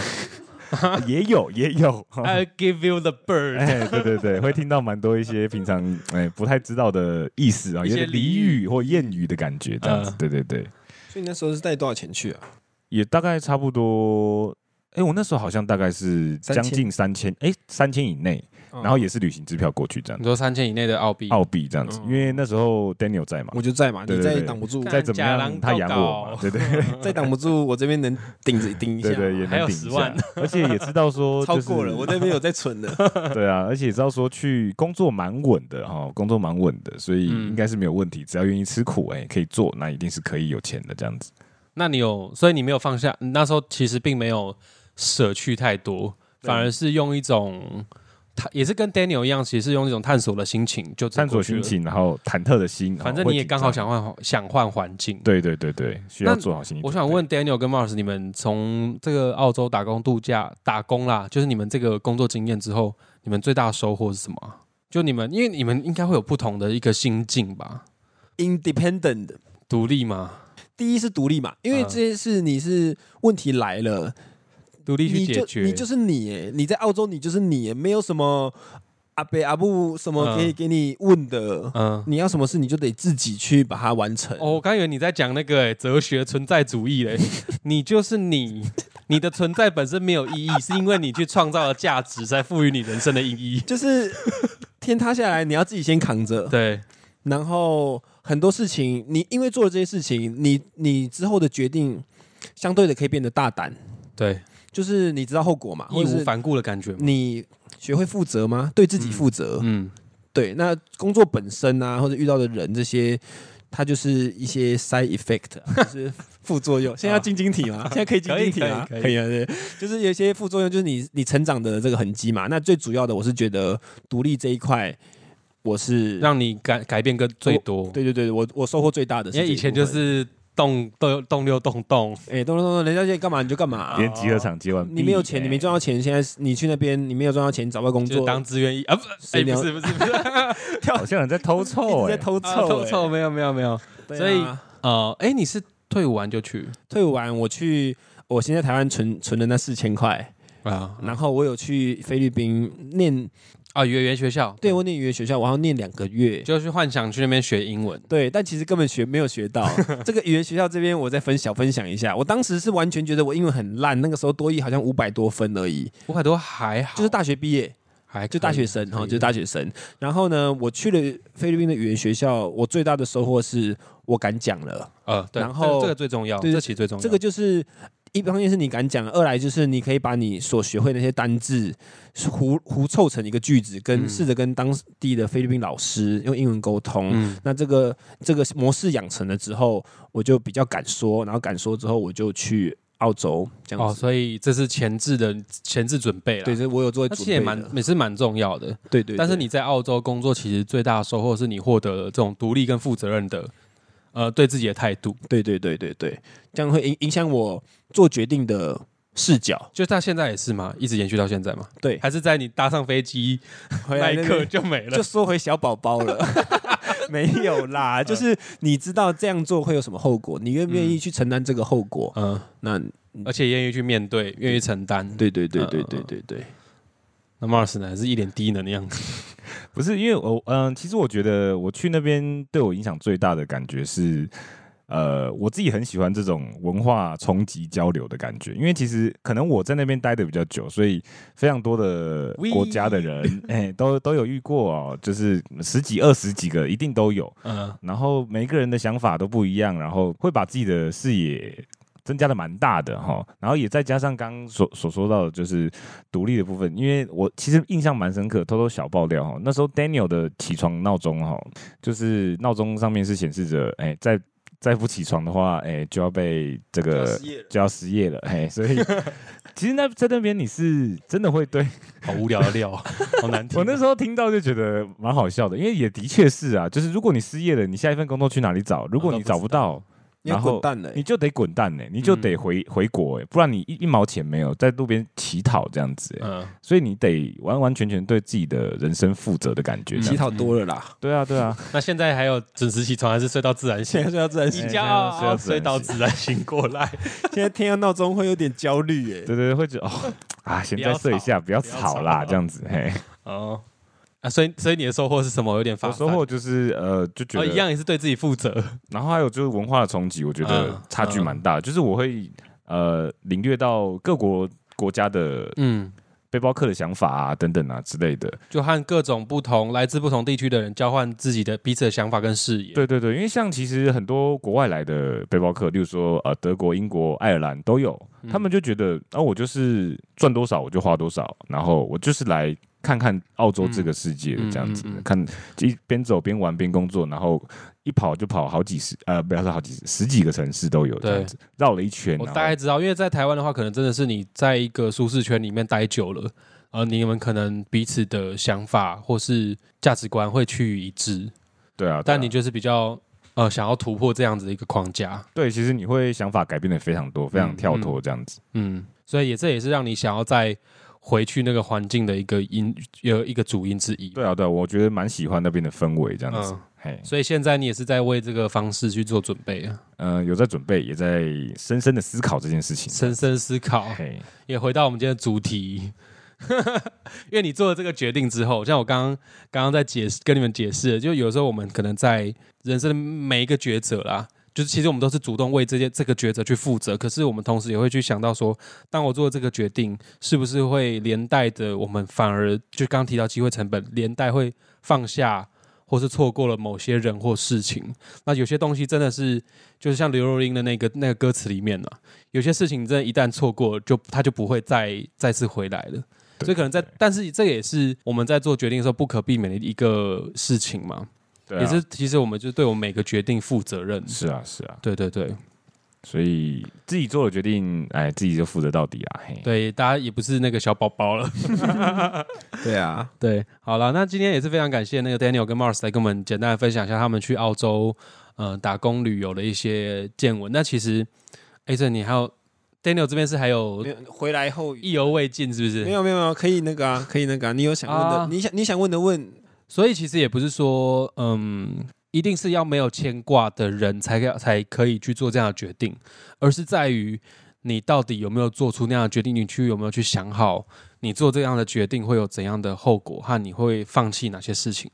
Speaker 2: 也有也 有。
Speaker 1: ？I 哦呃 give you the bird，
Speaker 2: 哎，对对对，会听到蛮多一些平 常哎不太知道的意思啊，
Speaker 1: 一
Speaker 2: 有
Speaker 1: 些
Speaker 2: 点
Speaker 1: 俚
Speaker 2: 俚语或谚语的感觉，这样子。
Speaker 1: 嗯
Speaker 2: 对对对，
Speaker 3: 所以那时候是带多少钱去啊？
Speaker 2: 也大概差不多。哎、我那时候好像大概是将近三千，哎，三千以内，
Speaker 1: 嗯
Speaker 2: 然后也是旅行支票过去这样
Speaker 1: 你
Speaker 2: 子，
Speaker 1: 说三千以内的澳币，
Speaker 2: 澳币这样子，
Speaker 1: 嗯
Speaker 2: 因为那时候 Daniel 在嘛
Speaker 3: 我，就在嘛，
Speaker 2: 对
Speaker 3: 你
Speaker 2: 对
Speaker 3: 再
Speaker 2: 对
Speaker 3: 也挡不住，
Speaker 1: 干
Speaker 2: 再怎么
Speaker 1: 假狼
Speaker 2: 样他养我
Speaker 1: 告
Speaker 2: 嘛，
Speaker 1: 告
Speaker 2: 对对
Speaker 3: 再挡不住，我这边能顶着顶一下
Speaker 2: 对
Speaker 3: 嘛。
Speaker 2: 对，也
Speaker 1: 还有
Speaker 2: 能顶一
Speaker 1: 10万
Speaker 2: 下，而且也知道 说
Speaker 3: 超
Speaker 2: 就是
Speaker 3: 过了，我那边有在存的。
Speaker 2: 对啊，而且也知道说去工作蛮稳的哈，工作蛮稳的，所以
Speaker 1: 嗯
Speaker 2: 应该是没有问题，只要愿意吃苦，哎，可以做，那一定是可以有钱的这样子。
Speaker 1: 那你有，所以你没有放下，你那时候其实并没有舍去太多，
Speaker 2: 对
Speaker 1: 反而是用一种，他也是跟 Daniel 一样，其实是用一种探索的心情，就
Speaker 2: 探索
Speaker 1: 过去
Speaker 2: 心
Speaker 1: 了。
Speaker 2: 情，然后忐忑的心，
Speaker 1: 反正
Speaker 2: 哦
Speaker 1: 你也刚好，
Speaker 2: 会紧
Speaker 1: 想换想换环境
Speaker 2: 张。对对对对，需要
Speaker 1: 那
Speaker 2: 做好心理。
Speaker 1: 我想问，Daniel 跟 Mars，你们从这个澳洲打工度假打工啦，就是你们这个工作经验之后，你们最大的收获是什么啊？就你们，因为你们应该会有不同的一个心境吧？
Speaker 3: Independent，
Speaker 1: 独立嘛，
Speaker 3: 第一是独立嘛，因为
Speaker 1: 嗯
Speaker 3: 这件事你是问题来了，
Speaker 1: 独立去
Speaker 3: 你
Speaker 1: 解
Speaker 3: 就
Speaker 1: 决，
Speaker 3: 你就是你耶，你在澳洲你就是你耶，没有什么。阿伯阿布什么可以给你问的，
Speaker 1: 嗯，
Speaker 3: 你要什么事你就得自己去把它完成。
Speaker 1: 哦，我刚以为你在讲那个、欸、哲学存在主义嘞， 你就是你，你的存在本身没有意义，是因为你去创造了价值，才赋予你人生的意义。
Speaker 3: 就是天塌下来，你要自己先扛着，
Speaker 1: 对，
Speaker 3: 然后很多事情，你因为做了这些事情，你你之后的决定，相对的可以变得大胆，
Speaker 1: 对，
Speaker 3: 就是你知道后果嘛，
Speaker 1: 义
Speaker 3: 或者
Speaker 1: 无
Speaker 3: 是
Speaker 1: 反顾的感觉嘛。
Speaker 3: 你学会负责吗？对自己负责，
Speaker 1: 嗯，
Speaker 3: 对，那工作本身啊，或者遇到的人这些，它就是一些 side effect，、啊、 就是副作用。现在要进晶体吗？现在可以进晶体吗？
Speaker 1: 可以可以可以
Speaker 3: 啊，对，就是有一些副作用，就是你你成长的这个痕迹嘛。那最主要的，我是觉得独立这一块，我是
Speaker 1: 让你改改变更最多。
Speaker 3: 对对对，我我收获最大的是
Speaker 1: 因
Speaker 3: 这
Speaker 1: 为以
Speaker 3: 一部分。
Speaker 1: 前就是动动动六动动，
Speaker 3: 哎，动动动，人家叫你干嘛你就干嘛、啊
Speaker 2: 连集合场接完毕，
Speaker 3: 你没有钱，你没
Speaker 2: 哎
Speaker 3: 赚到钱，现在你去那边，你没有赚到钱，找不到工
Speaker 1: 就是
Speaker 3: 作，
Speaker 1: 当志愿役啊，不，哎、
Speaker 3: 是你要
Speaker 1: 不是不是不 是，
Speaker 2: 好像有人在 偷
Speaker 3: 一
Speaker 2: 臭
Speaker 3: 直在
Speaker 2: 哎，
Speaker 3: 偷
Speaker 1: 啊
Speaker 3: 臭、
Speaker 1: 臭
Speaker 3: 哎
Speaker 1: 臭，没有没有没有。
Speaker 3: 对
Speaker 1: 所以
Speaker 3: 啊
Speaker 1: 呃，哎、你是退伍完就去
Speaker 3: 退伍完，我去，我先在台湾存存的那四千块，
Speaker 1: 啊
Speaker 3: 然后我有去菲律宾念，
Speaker 1: 啊，语言学校，
Speaker 3: 对我念语言学校，我要念两个月。
Speaker 1: 就去幻想去那边学英文。
Speaker 3: 对，但其实根本学没有学到。这个语言学校这边，我再分小分享一下。我当时是完全觉得我英文很烂，那个时候多益好像五百多分而已，
Speaker 1: 五百多还好，
Speaker 3: 就是大学毕业，
Speaker 1: 还
Speaker 3: 就大学生哈，
Speaker 1: 哈，
Speaker 3: 就是大学生。然后呢，我去了菲律宾的语言学校，我最大的收获是我敢讲了。
Speaker 1: 呃，对，
Speaker 3: 然
Speaker 1: 这
Speaker 3: 后
Speaker 1: 个这个最重要，
Speaker 3: 对
Speaker 1: 这其实最重要。
Speaker 3: 这个就是一方面是你敢讲，二来就是你可以把你所学会的那些单字胡胡凑成一个句子，跟
Speaker 1: 嗯
Speaker 3: 试着跟当地的菲律宾老师用英文沟通。
Speaker 1: 嗯
Speaker 3: 那这个这个模式养成了之后，我就比较敢说，然后敢说之后，我就去澳洲这样
Speaker 1: 哦，
Speaker 3: 子。
Speaker 1: 所以这是前置的前置准备了。
Speaker 3: 对，这我有做
Speaker 1: 那
Speaker 3: 准
Speaker 1: 其实也
Speaker 3: 备
Speaker 1: 蛮
Speaker 3: 的。
Speaker 1: 也是蛮重要的，
Speaker 3: 对对，
Speaker 1: 但是
Speaker 3: 对
Speaker 1: 你在澳洲工作，其实最大的收获是你获得了这种独立跟负责任的，呃，对自己的态度。
Speaker 3: 对对对对对，这样会影影响我做决定的视角。
Speaker 1: 就到现在也是嘛，一直延续到现在嘛，
Speaker 3: 对，
Speaker 1: 还是在你搭上飞机
Speaker 3: 回
Speaker 1: 那
Speaker 3: 来
Speaker 1: 一
Speaker 3: 那
Speaker 1: 刻
Speaker 3: 边
Speaker 1: 就没了
Speaker 3: 就。说回小宝宝了。没有啦，就是你知道这样做会有什么后果，你愿不愿意去承担这个后果？
Speaker 1: 嗯，
Speaker 3: 那
Speaker 1: 而且愿意去面对，愿意承担。，
Speaker 3: 对对对
Speaker 1: 嗯
Speaker 3: 对
Speaker 1: 嗯
Speaker 3: 对
Speaker 1: 嗯
Speaker 3: 对对，
Speaker 1: 那 Mars 呢，还是一脸低能的样子。
Speaker 2: 不是因为我嗯、其实我觉得我去那边对我影响最大的感觉是，呃，我自己很喜欢这种文化冲击交流的感觉，因为其实可能我在那边待的比较久，所以非常多的
Speaker 1: 喂
Speaker 2: 国家的人，哎、都都有遇过哦，就是十几、二十几个一定都有，
Speaker 1: 嗯，
Speaker 2: 然后每个人的想法都不一样，然后会把自己的视野增加的蛮大的哈，然后也再加上刚刚所所说到的就是独立的部分，因为我其实印象蛮深刻，偷偷小爆料哈，那时候 Daniel 的起床闹钟哈，就是闹钟上面是显示着，哎、再再不起床的话，哎、就要被这个
Speaker 3: 业
Speaker 2: 就要失业了，哎、所以 其实那在那边你是真的会对
Speaker 1: 好无聊的料，好难听。啊
Speaker 2: 我那时候听到就觉得蛮好笑的，因为也的确是啊，就是如果你失业了，你下一份工作去哪里找？
Speaker 1: 啊
Speaker 2: 如果你找不到，
Speaker 1: 哎
Speaker 3: 你要
Speaker 2: 然后
Speaker 3: 滚蛋了欸、
Speaker 2: 你就得滚蛋呢、你就
Speaker 1: 嗯
Speaker 2: 得回、回国、欸，不然你一一毛钱没有，在路边乞讨这样子、欸
Speaker 1: 嗯，
Speaker 2: 所以你得完完全全对自己的人生负责的感觉
Speaker 1: 嗯
Speaker 2: 这
Speaker 3: 乞
Speaker 2: 样子。
Speaker 3: 讨多了啦，
Speaker 2: 对啊，对啊，
Speaker 1: 那现在还有准时起床，还是睡到自然醒
Speaker 3: 现？在就要自然
Speaker 1: 你
Speaker 3: 醒
Speaker 2: 哎，
Speaker 1: 家啊，啊睡
Speaker 2: 睡
Speaker 1: 到
Speaker 2: 到
Speaker 1: 自然醒过 来，
Speaker 3: 现在听到闹钟会有点焦虑哎、
Speaker 2: 对对对，会 觉得哦啊，先再睡一下，不要
Speaker 1: 不要吵
Speaker 2: 吵啦，这样子。 嘿，
Speaker 1: 哦，啊，所以所以你的收获是什么？有点发
Speaker 2: 我
Speaker 1: 散
Speaker 2: 收获就是呃，就觉
Speaker 1: 哦，
Speaker 2: 得
Speaker 1: 一样也是对自己负责。
Speaker 2: 然后还有就是文化的冲击，我觉
Speaker 1: 嗯
Speaker 2: 得差距蛮大的。就是我会呃领略到各国国家的
Speaker 1: 嗯，
Speaker 2: 背包客的想法啊等等啊之类的。
Speaker 1: 就和各种不同来自不同地区的人交换自己的彼此的想法跟视野。
Speaker 2: 对对对，因为像其实很多国外来的背包客，例如说呃德国、英国、爱尔兰都有，
Speaker 1: 嗯
Speaker 2: 他们就觉得啊、我就是赚多少我就花多少，然后我就是来看看澳洲这个世界的
Speaker 1: 嗯
Speaker 2: 这样子，
Speaker 1: 嗯嗯嗯
Speaker 2: 看一边走边玩边工作，然后一跑就跑好几十呃不要说好几十十几个城市都有这样子，绕了一圈。
Speaker 1: 我
Speaker 2: 然
Speaker 1: 大
Speaker 2: 后
Speaker 1: 概知道，因为在台湾的话，可能真的是你在一个舒适圈里面待久了，呃，你们可能彼此的想法或是价值观会趋于一致，
Speaker 2: 对啊，对啊
Speaker 1: 但你就是比较呃想要突破这样子的一个框架，
Speaker 2: 对，其实你会想法改变的非常多，非常跳脱这样子。
Speaker 1: 嗯，所以也这也是让你想要再回去那个环境的一个因呃一个主因之一。
Speaker 2: 对啊，对啊，我觉得蛮喜欢那边的氛围这样子。
Speaker 1: 嗯，
Speaker 2: 嘿，
Speaker 1: 所以现在你也是在为这个方式去做准备啊，
Speaker 2: 呃，有在准备，也在深深的思考这件事情。
Speaker 1: 深深思考，
Speaker 2: 嘿，
Speaker 1: 也回到我们今天的主题。 因为你做了这个决定之后，像我刚刚刚刚在解释跟你们解释，就有时候我们可能在人生的每一个抉择啦，就是其实我们都是主动为这些这个抉择去负责，可是我们同时也会去想到说，当我做这个决定，是不是会连带的我们反而就刚提到机会成本，连带会放下。或是错过了某些人或事情，那有些东西真的是，就是像刘若英的那个那个歌词里面呢、啊有些事情真的一旦错过，就它就不会再再次回来了。
Speaker 2: 对
Speaker 1: 所以可能在
Speaker 2: 对，
Speaker 1: 但是这也是我们在做决定的时候不可避免的一个事情嘛，
Speaker 2: 对啊
Speaker 1: 也是其实我们就对我们每个决定负责任。
Speaker 2: 是啊是啊，
Speaker 1: 对对对
Speaker 2: 所以自己做的决定，哎，自己就负责到底啦。嘿，
Speaker 1: 对，大家也不是那个小宝宝了。
Speaker 3: 对啊，
Speaker 1: 对，好了，那今天也是非常感谢那个 Daniel 跟 Mars 来跟我们简单的分享一下他们去澳洲呃打工旅游的一些见闻。那其实 A 这你还有 Daniel 这边是还有
Speaker 3: 没有回来后
Speaker 1: 意犹未尽，是不
Speaker 3: 没
Speaker 1: 是？
Speaker 3: 有没有没有，可以那个啊，可以那个啊，你有想问的
Speaker 1: 啊，
Speaker 3: 你想你想问的问，
Speaker 1: 所以其实也不是说嗯。一定是要没有牵挂的人才可才可以去做这样的决定，而是在于你到底有没有做出那样的决定，你去有没有去想好你做这样的决定会有怎样的后果，和你会放弃哪些事情。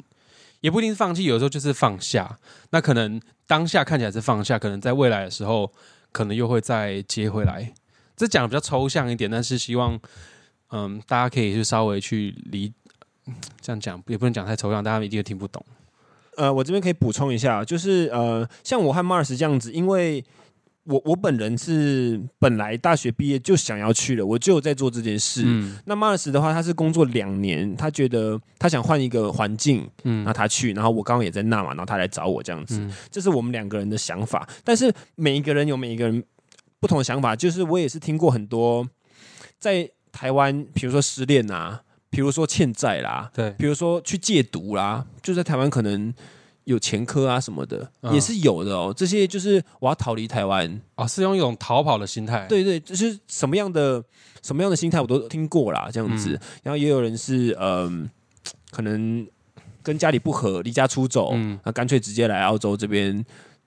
Speaker 1: 也不一定是放弃，有时候就是放下。那可能当下看起来是放下，可能在未来的时候，可能又会再接回来。这讲的比较抽象一点，但是希望，嗯，大家可以去稍微去理，这样讲也不能讲太抽象，大家一定会听不懂。
Speaker 3: 呃，我这边可以补充一下，就是呃，像我和 Mars 这样子，因为我我本人是本来大学毕业就想要去了，我就有在做这件事。
Speaker 1: 嗯
Speaker 3: 那 Mars 的话，他是工作两年，他觉得他想换一个环境，
Speaker 1: 嗯
Speaker 3: 那他去，然后我刚刚也在那嘛，然后他来找我这样子，
Speaker 1: 嗯
Speaker 3: 这是我们两个人的想法。但是每一个人有每一个人不同的想法，就是我也是听过很多在台湾，比如说失恋啊，比如说欠债啦，
Speaker 1: 对，
Speaker 3: 比如说去戒毒啦，就在台湾可能有前科啊什么的，
Speaker 1: 嗯
Speaker 3: 也是有的哦。这些就是我要逃离台湾，
Speaker 1: 哦，是用一种逃跑的心态。，
Speaker 3: 对对，就是什么样的什么样的心态我都听过啦，这样子。
Speaker 1: 嗯
Speaker 3: 然后也有人是嗯、可能跟家里不和，离家出走，
Speaker 1: 嗯，
Speaker 3: 那干脆直接来澳洲这边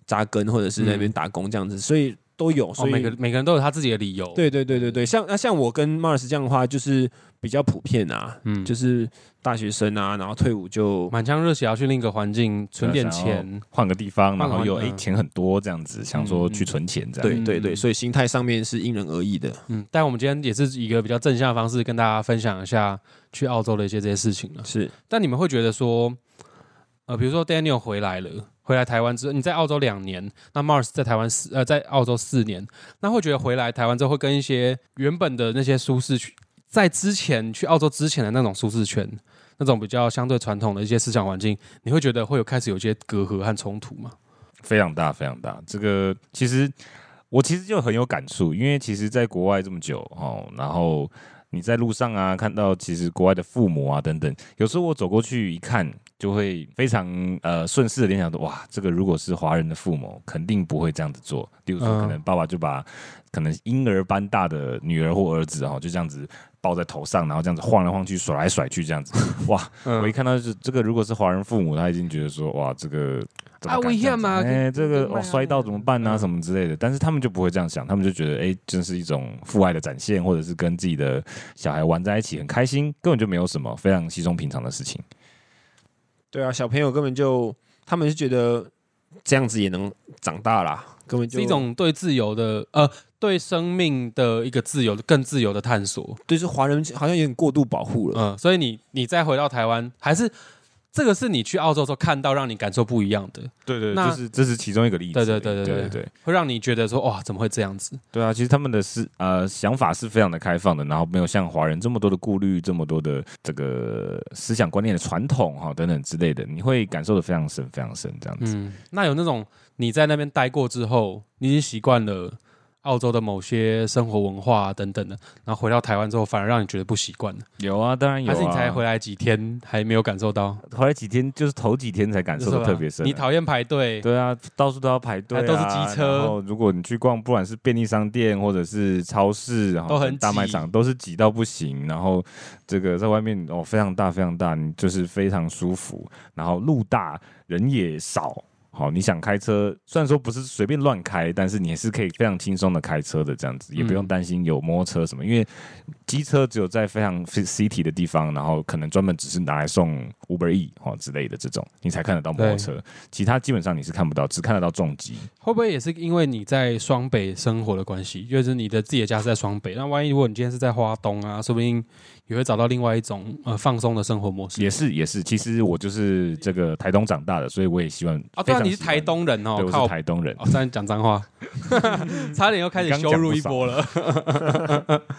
Speaker 3: 扎根，或者是在那边打工这样子，所以都有。
Speaker 1: 嗯哦，
Speaker 3: 所以、
Speaker 1: 每个每个人都有他自己的理由。，
Speaker 3: 对对对对对，像那像我跟 Mars 这样的话，就是比较普遍啊，
Speaker 1: 嗯，就
Speaker 3: 就是大学生啊，然后退伍就
Speaker 1: 满腔热血要去另一个环境存点
Speaker 3: 啊
Speaker 2: 想要
Speaker 1: 钱。
Speaker 2: 换个地方，
Speaker 1: 换
Speaker 2: 然
Speaker 1: 个
Speaker 2: 后又
Speaker 1: 环
Speaker 2: 哎
Speaker 1: 境嗯
Speaker 2: 钱很多这样子，想说去存钱这样。
Speaker 3: 对对对，所以心态上面是因人而异的。
Speaker 1: 嗯，但我们今天也是一个比较正向的方式跟大家分享一下去澳洲的一些这些事情了。
Speaker 3: 是
Speaker 1: 但你们会觉得说，呃，比如说 Daniel 回来了，回来台湾之后，你在澳洲两年，那 Mars 在台湾四呃在澳洲四年，那会觉得回来台湾之后会跟一些原本的那些舒适区，在之前去澳洲之前的那种舒适圈，那种比较相对传统的一些思想环境，你会觉得会有开始有一些隔阂和冲突吗？
Speaker 2: 非常大，非常大。这个其实我其实就很有感触，因为其实在国外这么久哦，然后你在路上啊看到其实国外的父母啊等等，有时候我走过去一看。就会非常呃顺势的联想到，哇，这个如果是华人的父母，肯定不会这样子做。例如说，
Speaker 1: 嗯
Speaker 2: 可能爸爸就把可能婴儿般大的女儿或儿子哦，就这样子抱在头上，然后这样子晃来晃去、甩来甩去这样子。哇，我一看到是这个，如果是华人父母，他已经觉得说，哇，这个怎么
Speaker 1: 啊
Speaker 2: 敢
Speaker 1: 危
Speaker 2: 这
Speaker 1: 险
Speaker 2: 样子
Speaker 1: 嘛
Speaker 2: 哎、这个
Speaker 1: 跟
Speaker 2: 哦摔到怎么办啊，什么之类的。但是他们就不会这样想，他们就觉得，哎、真是一种父爱的展现，或者是跟自己的小孩玩在一起很开心，根本就没有什么非常稀松平常的事情。
Speaker 3: 对啊，小朋友根本就他们是觉得这样子也能长大啦，根本就是
Speaker 1: 一种对自由的呃对生命的一个自由更自由的探索。
Speaker 3: 对，是华人好像有点过度保护了。
Speaker 1: 嗯，所以你你再回到台湾，还是这个是你去澳洲之后看到让你感受不一样的，
Speaker 2: 对对
Speaker 1: 那
Speaker 2: 就是这是其中一个例子而已。
Speaker 1: 对对对对
Speaker 2: 对
Speaker 1: 对会让你觉得说哇，怎么会这样子？
Speaker 2: 对啊，其实他们的是呃想法是非常的开放的，然后没有像华人这么多的顾虑，这么多的这个思想观念的传统哈、等等之类的，你会感受的非常深，非常深这样子。
Speaker 1: 嗯，那有那种你在那边待过之后，你已经习惯了澳洲的某些生活文化、啊、等等的，然后回到台湾之后，反而让你觉得不习惯了，
Speaker 2: 有啊，当然有、啊。
Speaker 1: 还是你才回来几天还没有感受到，
Speaker 2: 回来几天，就是头几天才感受
Speaker 1: 是
Speaker 2: 的
Speaker 1: 吧
Speaker 2: 特别深啊、
Speaker 1: 你讨厌排队，
Speaker 2: 对啊，到处都要排队、啊，
Speaker 1: 还都是机车
Speaker 2: 然后如果你去逛，不管是便利商店或者是超市，然后
Speaker 1: 都很
Speaker 2: 大卖
Speaker 1: 挤
Speaker 2: 场，都是挤到不行。然后这个在外面哦，非常大，非常大，你就是非常舒服。然后路大，人也少。好，你想开车，虽然说不是随便乱开，但是你也是可以非常轻松的开车的，这样子也不用
Speaker 1: 嗯
Speaker 2: 担心有摩托车什么，因为机车只有在非常 city 的地方，然后可能专门只是拿来送 Uber E 哦之类的这种，你才看得到摩托车，其他基本上你是看不到，只看得到重机。
Speaker 1: 会不会也是因为你在双北生活的关系，就是你的自己的家是在双北，那万一如果你今天是在花东啊，说不定也会找到另外一种呃放松的生活模式。
Speaker 2: 也是也是，其实我就是这个台东长大的，所以我也希望
Speaker 1: 哦，对啊，
Speaker 2: 非常
Speaker 1: 你是
Speaker 2: 喜欢
Speaker 1: 台，东人哦
Speaker 2: 对，，我
Speaker 1: 靠
Speaker 2: 是，台东人。
Speaker 1: 哦，差点讲脏话，差点又开始羞辱一波了。哦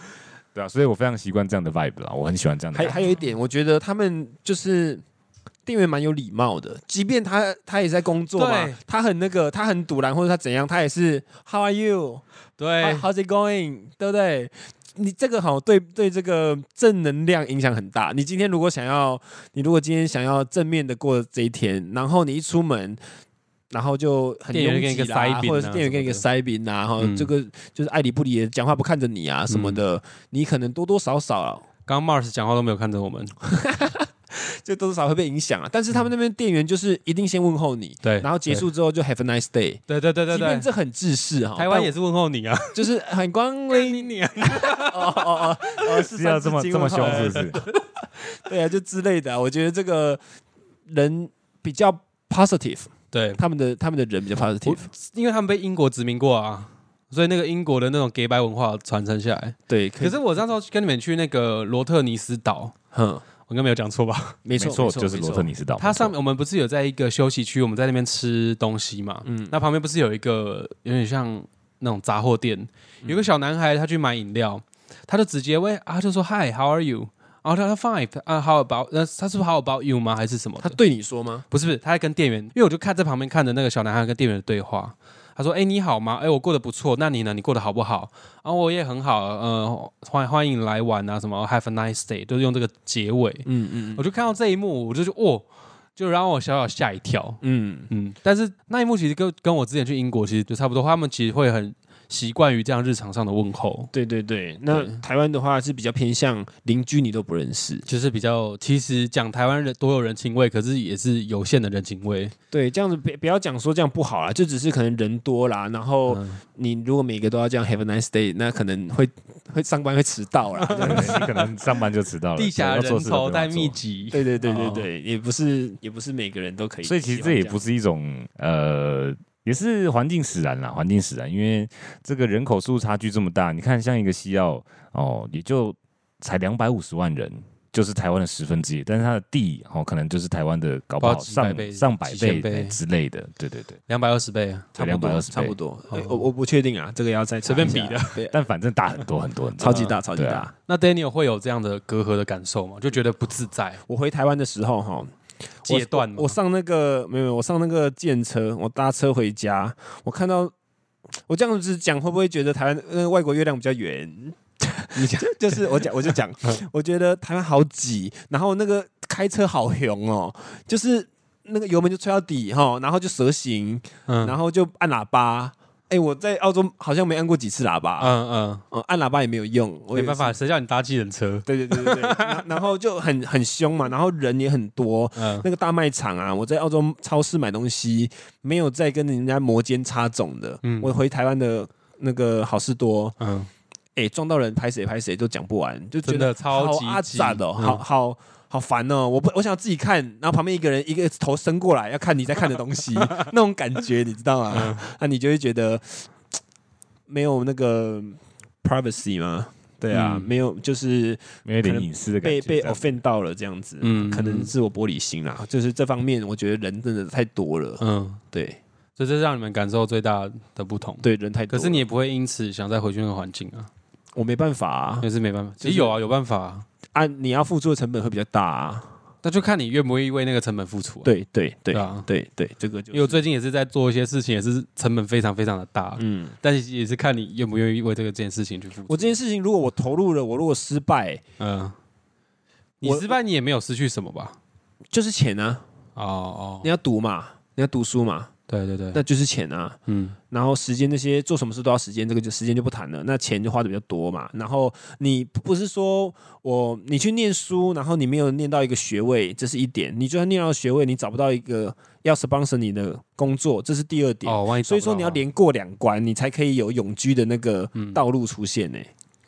Speaker 2: 对啊，所以我非常习惯这样的 vibe 啦，我很喜欢
Speaker 1: 嗯
Speaker 2: 这样的
Speaker 3: 还
Speaker 2: vibe。
Speaker 3: 还有一点，我觉得他们就是店员蛮有礼貌的，即便他他也在工作嘛
Speaker 1: 对，
Speaker 3: 他很那个，他很堵然或者他怎样，他也是 How are you？
Speaker 1: 对
Speaker 3: How- How's it going？对不对？你这个好对对这个正能量影响很大。你今天如果想要，你如果今天想要正面的过这一天，然后你一出门，然后就很
Speaker 1: 店员
Speaker 3: 拥
Speaker 1: 给你
Speaker 3: 挤
Speaker 1: 个
Speaker 3: 啦，
Speaker 1: 塞饼啊
Speaker 3: 或者是店员给你个
Speaker 1: 什么的
Speaker 3: 塞饼啊，然后
Speaker 1: 嗯
Speaker 3: 这个就是爱理不理的，讲话不看着你啊什么的，你可能多多少少
Speaker 1: 刚刚 Mars 讲话都没有看着我们，
Speaker 3: 就多多少少会被影响啊。但是他们那边店员就是一定先问候你，
Speaker 1: 嗯对
Speaker 3: 然后结束之后就 Have a nice day。
Speaker 1: 对对对对
Speaker 3: 即便
Speaker 1: 对，
Speaker 3: 这很自私哈，
Speaker 1: 台湾
Speaker 3: 但
Speaker 1: 也是问候你啊，
Speaker 3: 就是很光临
Speaker 1: 你你啊，
Speaker 3: 哦哦哦哦，是
Speaker 2: 是要这么
Speaker 3: 三字经
Speaker 2: 这么
Speaker 3: 文
Speaker 2: 凶
Speaker 3: 化
Speaker 1: 哦
Speaker 2: 是不是？
Speaker 3: 对啊，就之类的啊、我觉得这个人比较 positive，
Speaker 1: 对，
Speaker 3: 他们的他们的人比较 positive，
Speaker 1: 因为他们被英国殖民过啊，所以那个英国的那种 gay 白文化传承下来。
Speaker 3: 对，
Speaker 1: 可是我那时候跟你们去那个罗特尼斯岛，
Speaker 3: 哼，
Speaker 1: 我应该没有讲错吧？
Speaker 3: 没错
Speaker 2: 错，就是罗特，尼斯岛。
Speaker 1: 它上
Speaker 2: 没
Speaker 1: 面我们不是有在一个休息区，我们在那边吃东西嘛？嗯，那旁边不是有一个有点像那种杂货店，有个小男孩他去买饮料，他就直接问啊，他就说 Hi，How are you？然后他说 Fine，啊、h o w about？呃，他是不是 How about you 吗？还是什么
Speaker 3: 没错
Speaker 1: 的？
Speaker 3: 他对你说吗？
Speaker 1: 不是不是，他在跟店员，因为我就看在旁边看着那个小男孩跟店员的对话。他说：“哎、你好吗？哎、我过得不错，那你呢？你过得好不好？啊，我也很好，呃，欢欢迎来玩啊，什么 Have a nice day，就是用这个结尾。
Speaker 3: 嗯嗯
Speaker 1: 我就看到这一幕，我就就哦，就让我小小吓一跳。
Speaker 3: 嗯，
Speaker 1: 嗯，但是那一幕其实跟跟我之前去英国其实就差不多，他们其实会很习惯于这样日常上的问候，
Speaker 3: 对对对，那台湾的话是比较偏向邻居你都不认识，
Speaker 1: 就是比较其实讲台湾人多有人情味，可是也是有限的人情味。
Speaker 3: 对，这样子别不要讲说这样不好啦，就只是可能人多啦，然后你如果每个都要这样 have a nice day，那可能会会上班会迟到啦，
Speaker 2: 错对你可能上班就迟到了，
Speaker 1: 地下
Speaker 2: 对要
Speaker 1: 人
Speaker 2: 做事都
Speaker 1: 稠
Speaker 2: 不要
Speaker 1: 但
Speaker 2: 做
Speaker 1: 密集，
Speaker 3: 对对对对
Speaker 1: 哦
Speaker 3: 对，也不是也不是每个人都啊可以喜欢样，
Speaker 2: 所以其实这也不是一种呃，也是环境使然啦，环境使然，因为这个人口数差距这么大，你看像一个西澳哦，也就才两百五十万人。就是台湾的十分之一，但是它的地哦，可能就是台湾的搞不好
Speaker 1: 不知道几百
Speaker 2: 上
Speaker 1: 倍
Speaker 2: 上百
Speaker 1: 几
Speaker 2: 倍
Speaker 1: 千倍
Speaker 2: 之类的，对对对。
Speaker 1: 两百二十倍啊，
Speaker 3: 差不多，
Speaker 2: 220
Speaker 3: 差不多。
Speaker 1: 倍
Speaker 3: 哎我我不确定啊，这个要再查一
Speaker 1: 随
Speaker 3: 下
Speaker 1: 便比的，
Speaker 3: 对，呃
Speaker 2: 但反正大很多很多很多。
Speaker 3: 超级大，超级
Speaker 2: 对
Speaker 3: 大
Speaker 2: 啊。
Speaker 1: 那 Daniel 会有这样的隔阂的感受吗？就觉得不自在，
Speaker 3: 我回台湾的时候哈，
Speaker 1: 戒断吗
Speaker 3: 我我上那个没有，没有我上那个电车，我搭车回家，我看到我这样子讲，会不会觉得台湾那个外国月亮比较 圆？
Speaker 1: 你讲
Speaker 3: 就是我讲，我就 讲，我觉得台湾好挤，然后那个开车好凶哦，就是那个油门就吹到底哈，然后就蛇行，
Speaker 1: 嗯
Speaker 3: 然后就按喇叭。哎、我在澳洲好像没按过几次喇叭，
Speaker 1: 嗯
Speaker 3: 嗯，按喇叭也没有用，
Speaker 1: 嗯，
Speaker 3: 我
Speaker 1: 没
Speaker 3: 也
Speaker 1: 办
Speaker 3: 是
Speaker 1: 法，谁叫你搭计程车？
Speaker 3: 对对对 对对，然然后就很很凶嘛，然后人也很多。
Speaker 1: 嗯，
Speaker 3: 那个大卖场啊，我在澳洲超市买东西，没有再跟人家摩肩擦踵的。
Speaker 1: 嗯
Speaker 3: 我回台湾的那个好事多，
Speaker 1: 嗯，
Speaker 3: 哎、撞到人拍谁拍谁都讲不完，就觉
Speaker 1: 真
Speaker 3: 得
Speaker 1: 的超级
Speaker 3: 好阿
Speaker 1: 挤
Speaker 3: 展哦，好
Speaker 1: 嗯
Speaker 3: 好好烦哦！我不，我想自己看，然后旁边一个人一个头伸过来要看你在看的 东西，那种感觉你知道吗？
Speaker 1: 嗯
Speaker 3: 那、你就会觉得嘖没有那个 privacy 吗？对啊，
Speaker 1: 嗯
Speaker 3: 没有就是
Speaker 2: 没有一点隐私的感
Speaker 3: 被
Speaker 2: 觉。
Speaker 3: 被
Speaker 2: 这样
Speaker 3: offend 到了这样子，嗯，
Speaker 1: 嗯
Speaker 3: 可能是我玻璃心啦，就是这方面我觉得人真的太多了，
Speaker 1: 嗯，
Speaker 3: 对
Speaker 1: 所以这是让你们感受最大的不同。
Speaker 3: 对，人太多
Speaker 1: 可
Speaker 3: 了。
Speaker 1: 是你也不会因此想再回去那个环境啊，
Speaker 3: 我没办法啊
Speaker 1: 那，是没办法。
Speaker 3: 是
Speaker 1: 其实有啊，有办法啊，
Speaker 3: 啊你要付出的成本会比较大啊，
Speaker 1: 那就看你愿不愿意为那个成本付出啊。
Speaker 3: 对对对
Speaker 1: 对啊
Speaker 3: 对对，这个就
Speaker 1: 因为我
Speaker 3: 是
Speaker 1: 最近也是在做一些事情，也是成本非常非常的大，
Speaker 3: 嗯，
Speaker 1: 但是也是看你愿不愿意为这个这件事情去付出。
Speaker 3: 我这件事情如果我投入了，我如果失败，
Speaker 1: 嗯，你
Speaker 3: 我
Speaker 1: 失败你也没有失去什么吧？
Speaker 3: 就是钱啊，
Speaker 1: 哦哦
Speaker 3: 你，要读嘛，你要读书嘛，
Speaker 1: 对对对，
Speaker 3: 那就是钱啊，
Speaker 1: 嗯
Speaker 3: 然后时间那些做什么事都要时间，这个就时间就不谈了。那钱就花的比较多嘛。然后你不是说我你去念书，然后你没有念到一个学位，这是一点。你就算念到学位，你找不到一个要 sponsor 你的工作，这是第二点。
Speaker 1: 哦哦，万一找不到嗯
Speaker 3: 所以说你要
Speaker 1: 啊
Speaker 3: 连过两关，你才可以有永居的那个道路出现呢、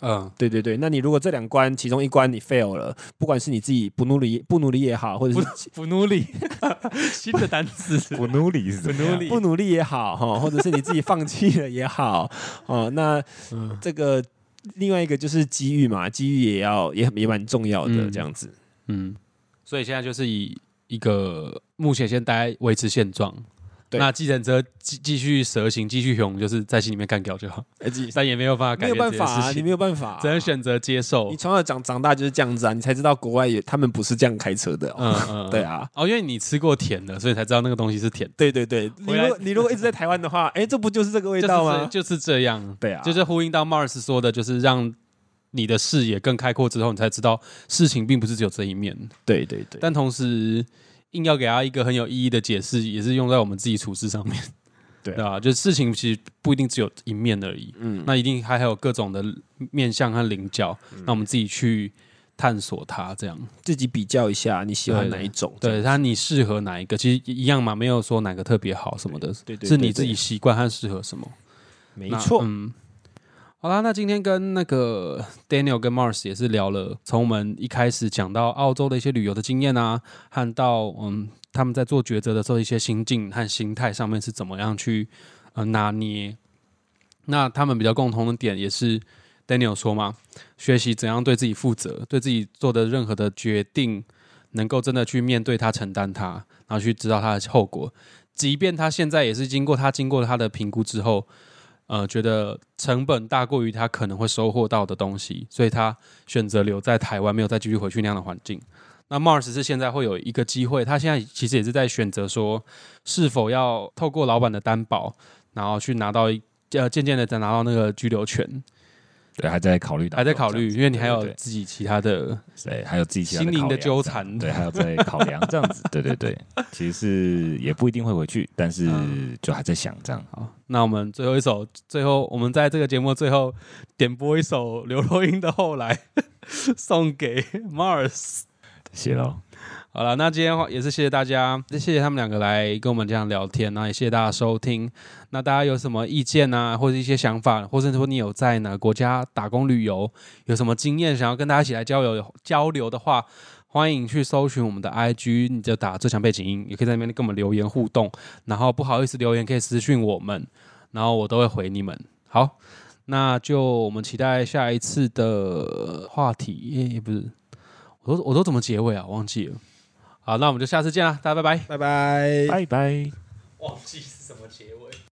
Speaker 1: 嗯，
Speaker 3: 对对对，那你如果这两关其中一关你 fail 了，不管是你自己不努力不努力也好，或者是
Speaker 1: 不努力，新的单 词，
Speaker 2: 不努力是怎么
Speaker 1: 不
Speaker 2: 样
Speaker 1: 努力
Speaker 3: 不努力也好哈，或者是你自己放弃了也好 哦，那
Speaker 1: 嗯
Speaker 3: 这个另外一个就是机遇嘛，机遇也要也也蛮重要的
Speaker 1: 嗯
Speaker 3: 这样子。
Speaker 1: 嗯，所以现在就是以一个目前先待维持现状。
Speaker 3: 对
Speaker 1: 那继承者继继续蛇行，继续勇，就是在心里面干掉就好，
Speaker 3: 呃自己
Speaker 1: 但也没有办法改
Speaker 3: 没有
Speaker 1: 变这
Speaker 3: 办
Speaker 1: 件
Speaker 3: 法啊，
Speaker 1: 事
Speaker 3: 你
Speaker 1: 情，
Speaker 3: 没有办法啊，
Speaker 1: 只能选择接受
Speaker 3: 你。从小长长大就是这样子啊，你才知道国外也他们不是这样开车的、哦。
Speaker 1: 嗯嗯，
Speaker 3: 对。啊，
Speaker 1: 哦，因为你吃过甜的，所以才知道那个东西是甜的，
Speaker 3: 对对对，你
Speaker 1: 回来
Speaker 3: 如果你如果一直在台湾的 话，哎，这不就是这个味
Speaker 1: 就是
Speaker 3: 道
Speaker 1: 这
Speaker 3: 吗？
Speaker 1: 就是这样。
Speaker 3: 对啊，
Speaker 1: 就是呼应到 Mars 说的，就是让你的视野更开阔之后，你才知道事情并不是只有这一面。
Speaker 3: 对对对，
Speaker 1: 但同时，硬要给他一个很有意义的解释，也是用在我们自己处事上 面。
Speaker 2: 对
Speaker 1: 对啊，就是事情其实不一定只有一面而已，
Speaker 3: 嗯，
Speaker 1: 那一定还还有各种的面向和棱角，那我们自己去探索它。这样，
Speaker 3: 自己比较一下，你喜欢哪一种？这样
Speaker 1: 对，它你适合哪一个，其实一样嘛，没有说哪个特别好什么的，
Speaker 3: 对对对
Speaker 1: 是
Speaker 3: 对
Speaker 1: 你自己习惯和适合什么。
Speaker 3: 没
Speaker 1: 那
Speaker 3: 错，
Speaker 1: 嗯，好啦，那今天跟那个 Daniel 跟 Mars 也是聊了，从我们一开始讲到澳洲的一些旅游的经验啊，和到嗯他们在做抉择的时候一些心境和心态上面是怎么样去呃拿捏。那他们比较共同的点也是 Daniel 说嘛，学习怎样对自己负责，对自己做的任何的决定，能够真的去面对它、承担它，然后去知道它的后果。即便他现在也是经过他经过他的评估之后，呃，觉得成本大过于他可能会收获到的东西，所以他选择留在台湾，没有再继续回去那样的环境。那 Mars 是现在会有一个机会，他现在其实也是在选择说，是否要透过老板的担保，然后去拿到一呃，渐渐的再拿到那个居留权，
Speaker 2: 对，还在考虑当中，
Speaker 1: 还在考虑，因为你还有
Speaker 2: 对对
Speaker 1: 自己其他的
Speaker 2: 对，还有自己其他
Speaker 1: 心灵
Speaker 2: 考
Speaker 1: 的
Speaker 2: 量
Speaker 1: 纠
Speaker 2: 这样
Speaker 1: 缠
Speaker 2: 对，还有在考量这样子，对对对，其实是也不一定会回去，但是
Speaker 1: 嗯
Speaker 2: 就还在想这样。
Speaker 1: 好，那我们最后一首，最后我们在这个节目的最后点播一首刘若英的《后来》， 送给 Mars。
Speaker 2: 谢喽，
Speaker 1: 好了，那今天也是谢谢大家，谢谢他们两个来跟我们这样聊天，那也谢谢大家收听。那大家有什么意见啊，或者一些想法，或者说你有在哪个国家打工旅游，有什么经验想要跟大家一起来交流交流的话，欢迎去搜寻我们的 IG，你就打最强背景音，也可以在那边跟我们留言互动。然后不好意思留言可以私讯我们，然后我都会回你们。好，那就我们期待下一次的话题，也、也不是，我都我都怎么结尾啊？忘记了。好，那我们就下次见啦，大家拜拜。
Speaker 3: 拜拜。
Speaker 2: 拜拜。
Speaker 1: 忘记是什么结尾。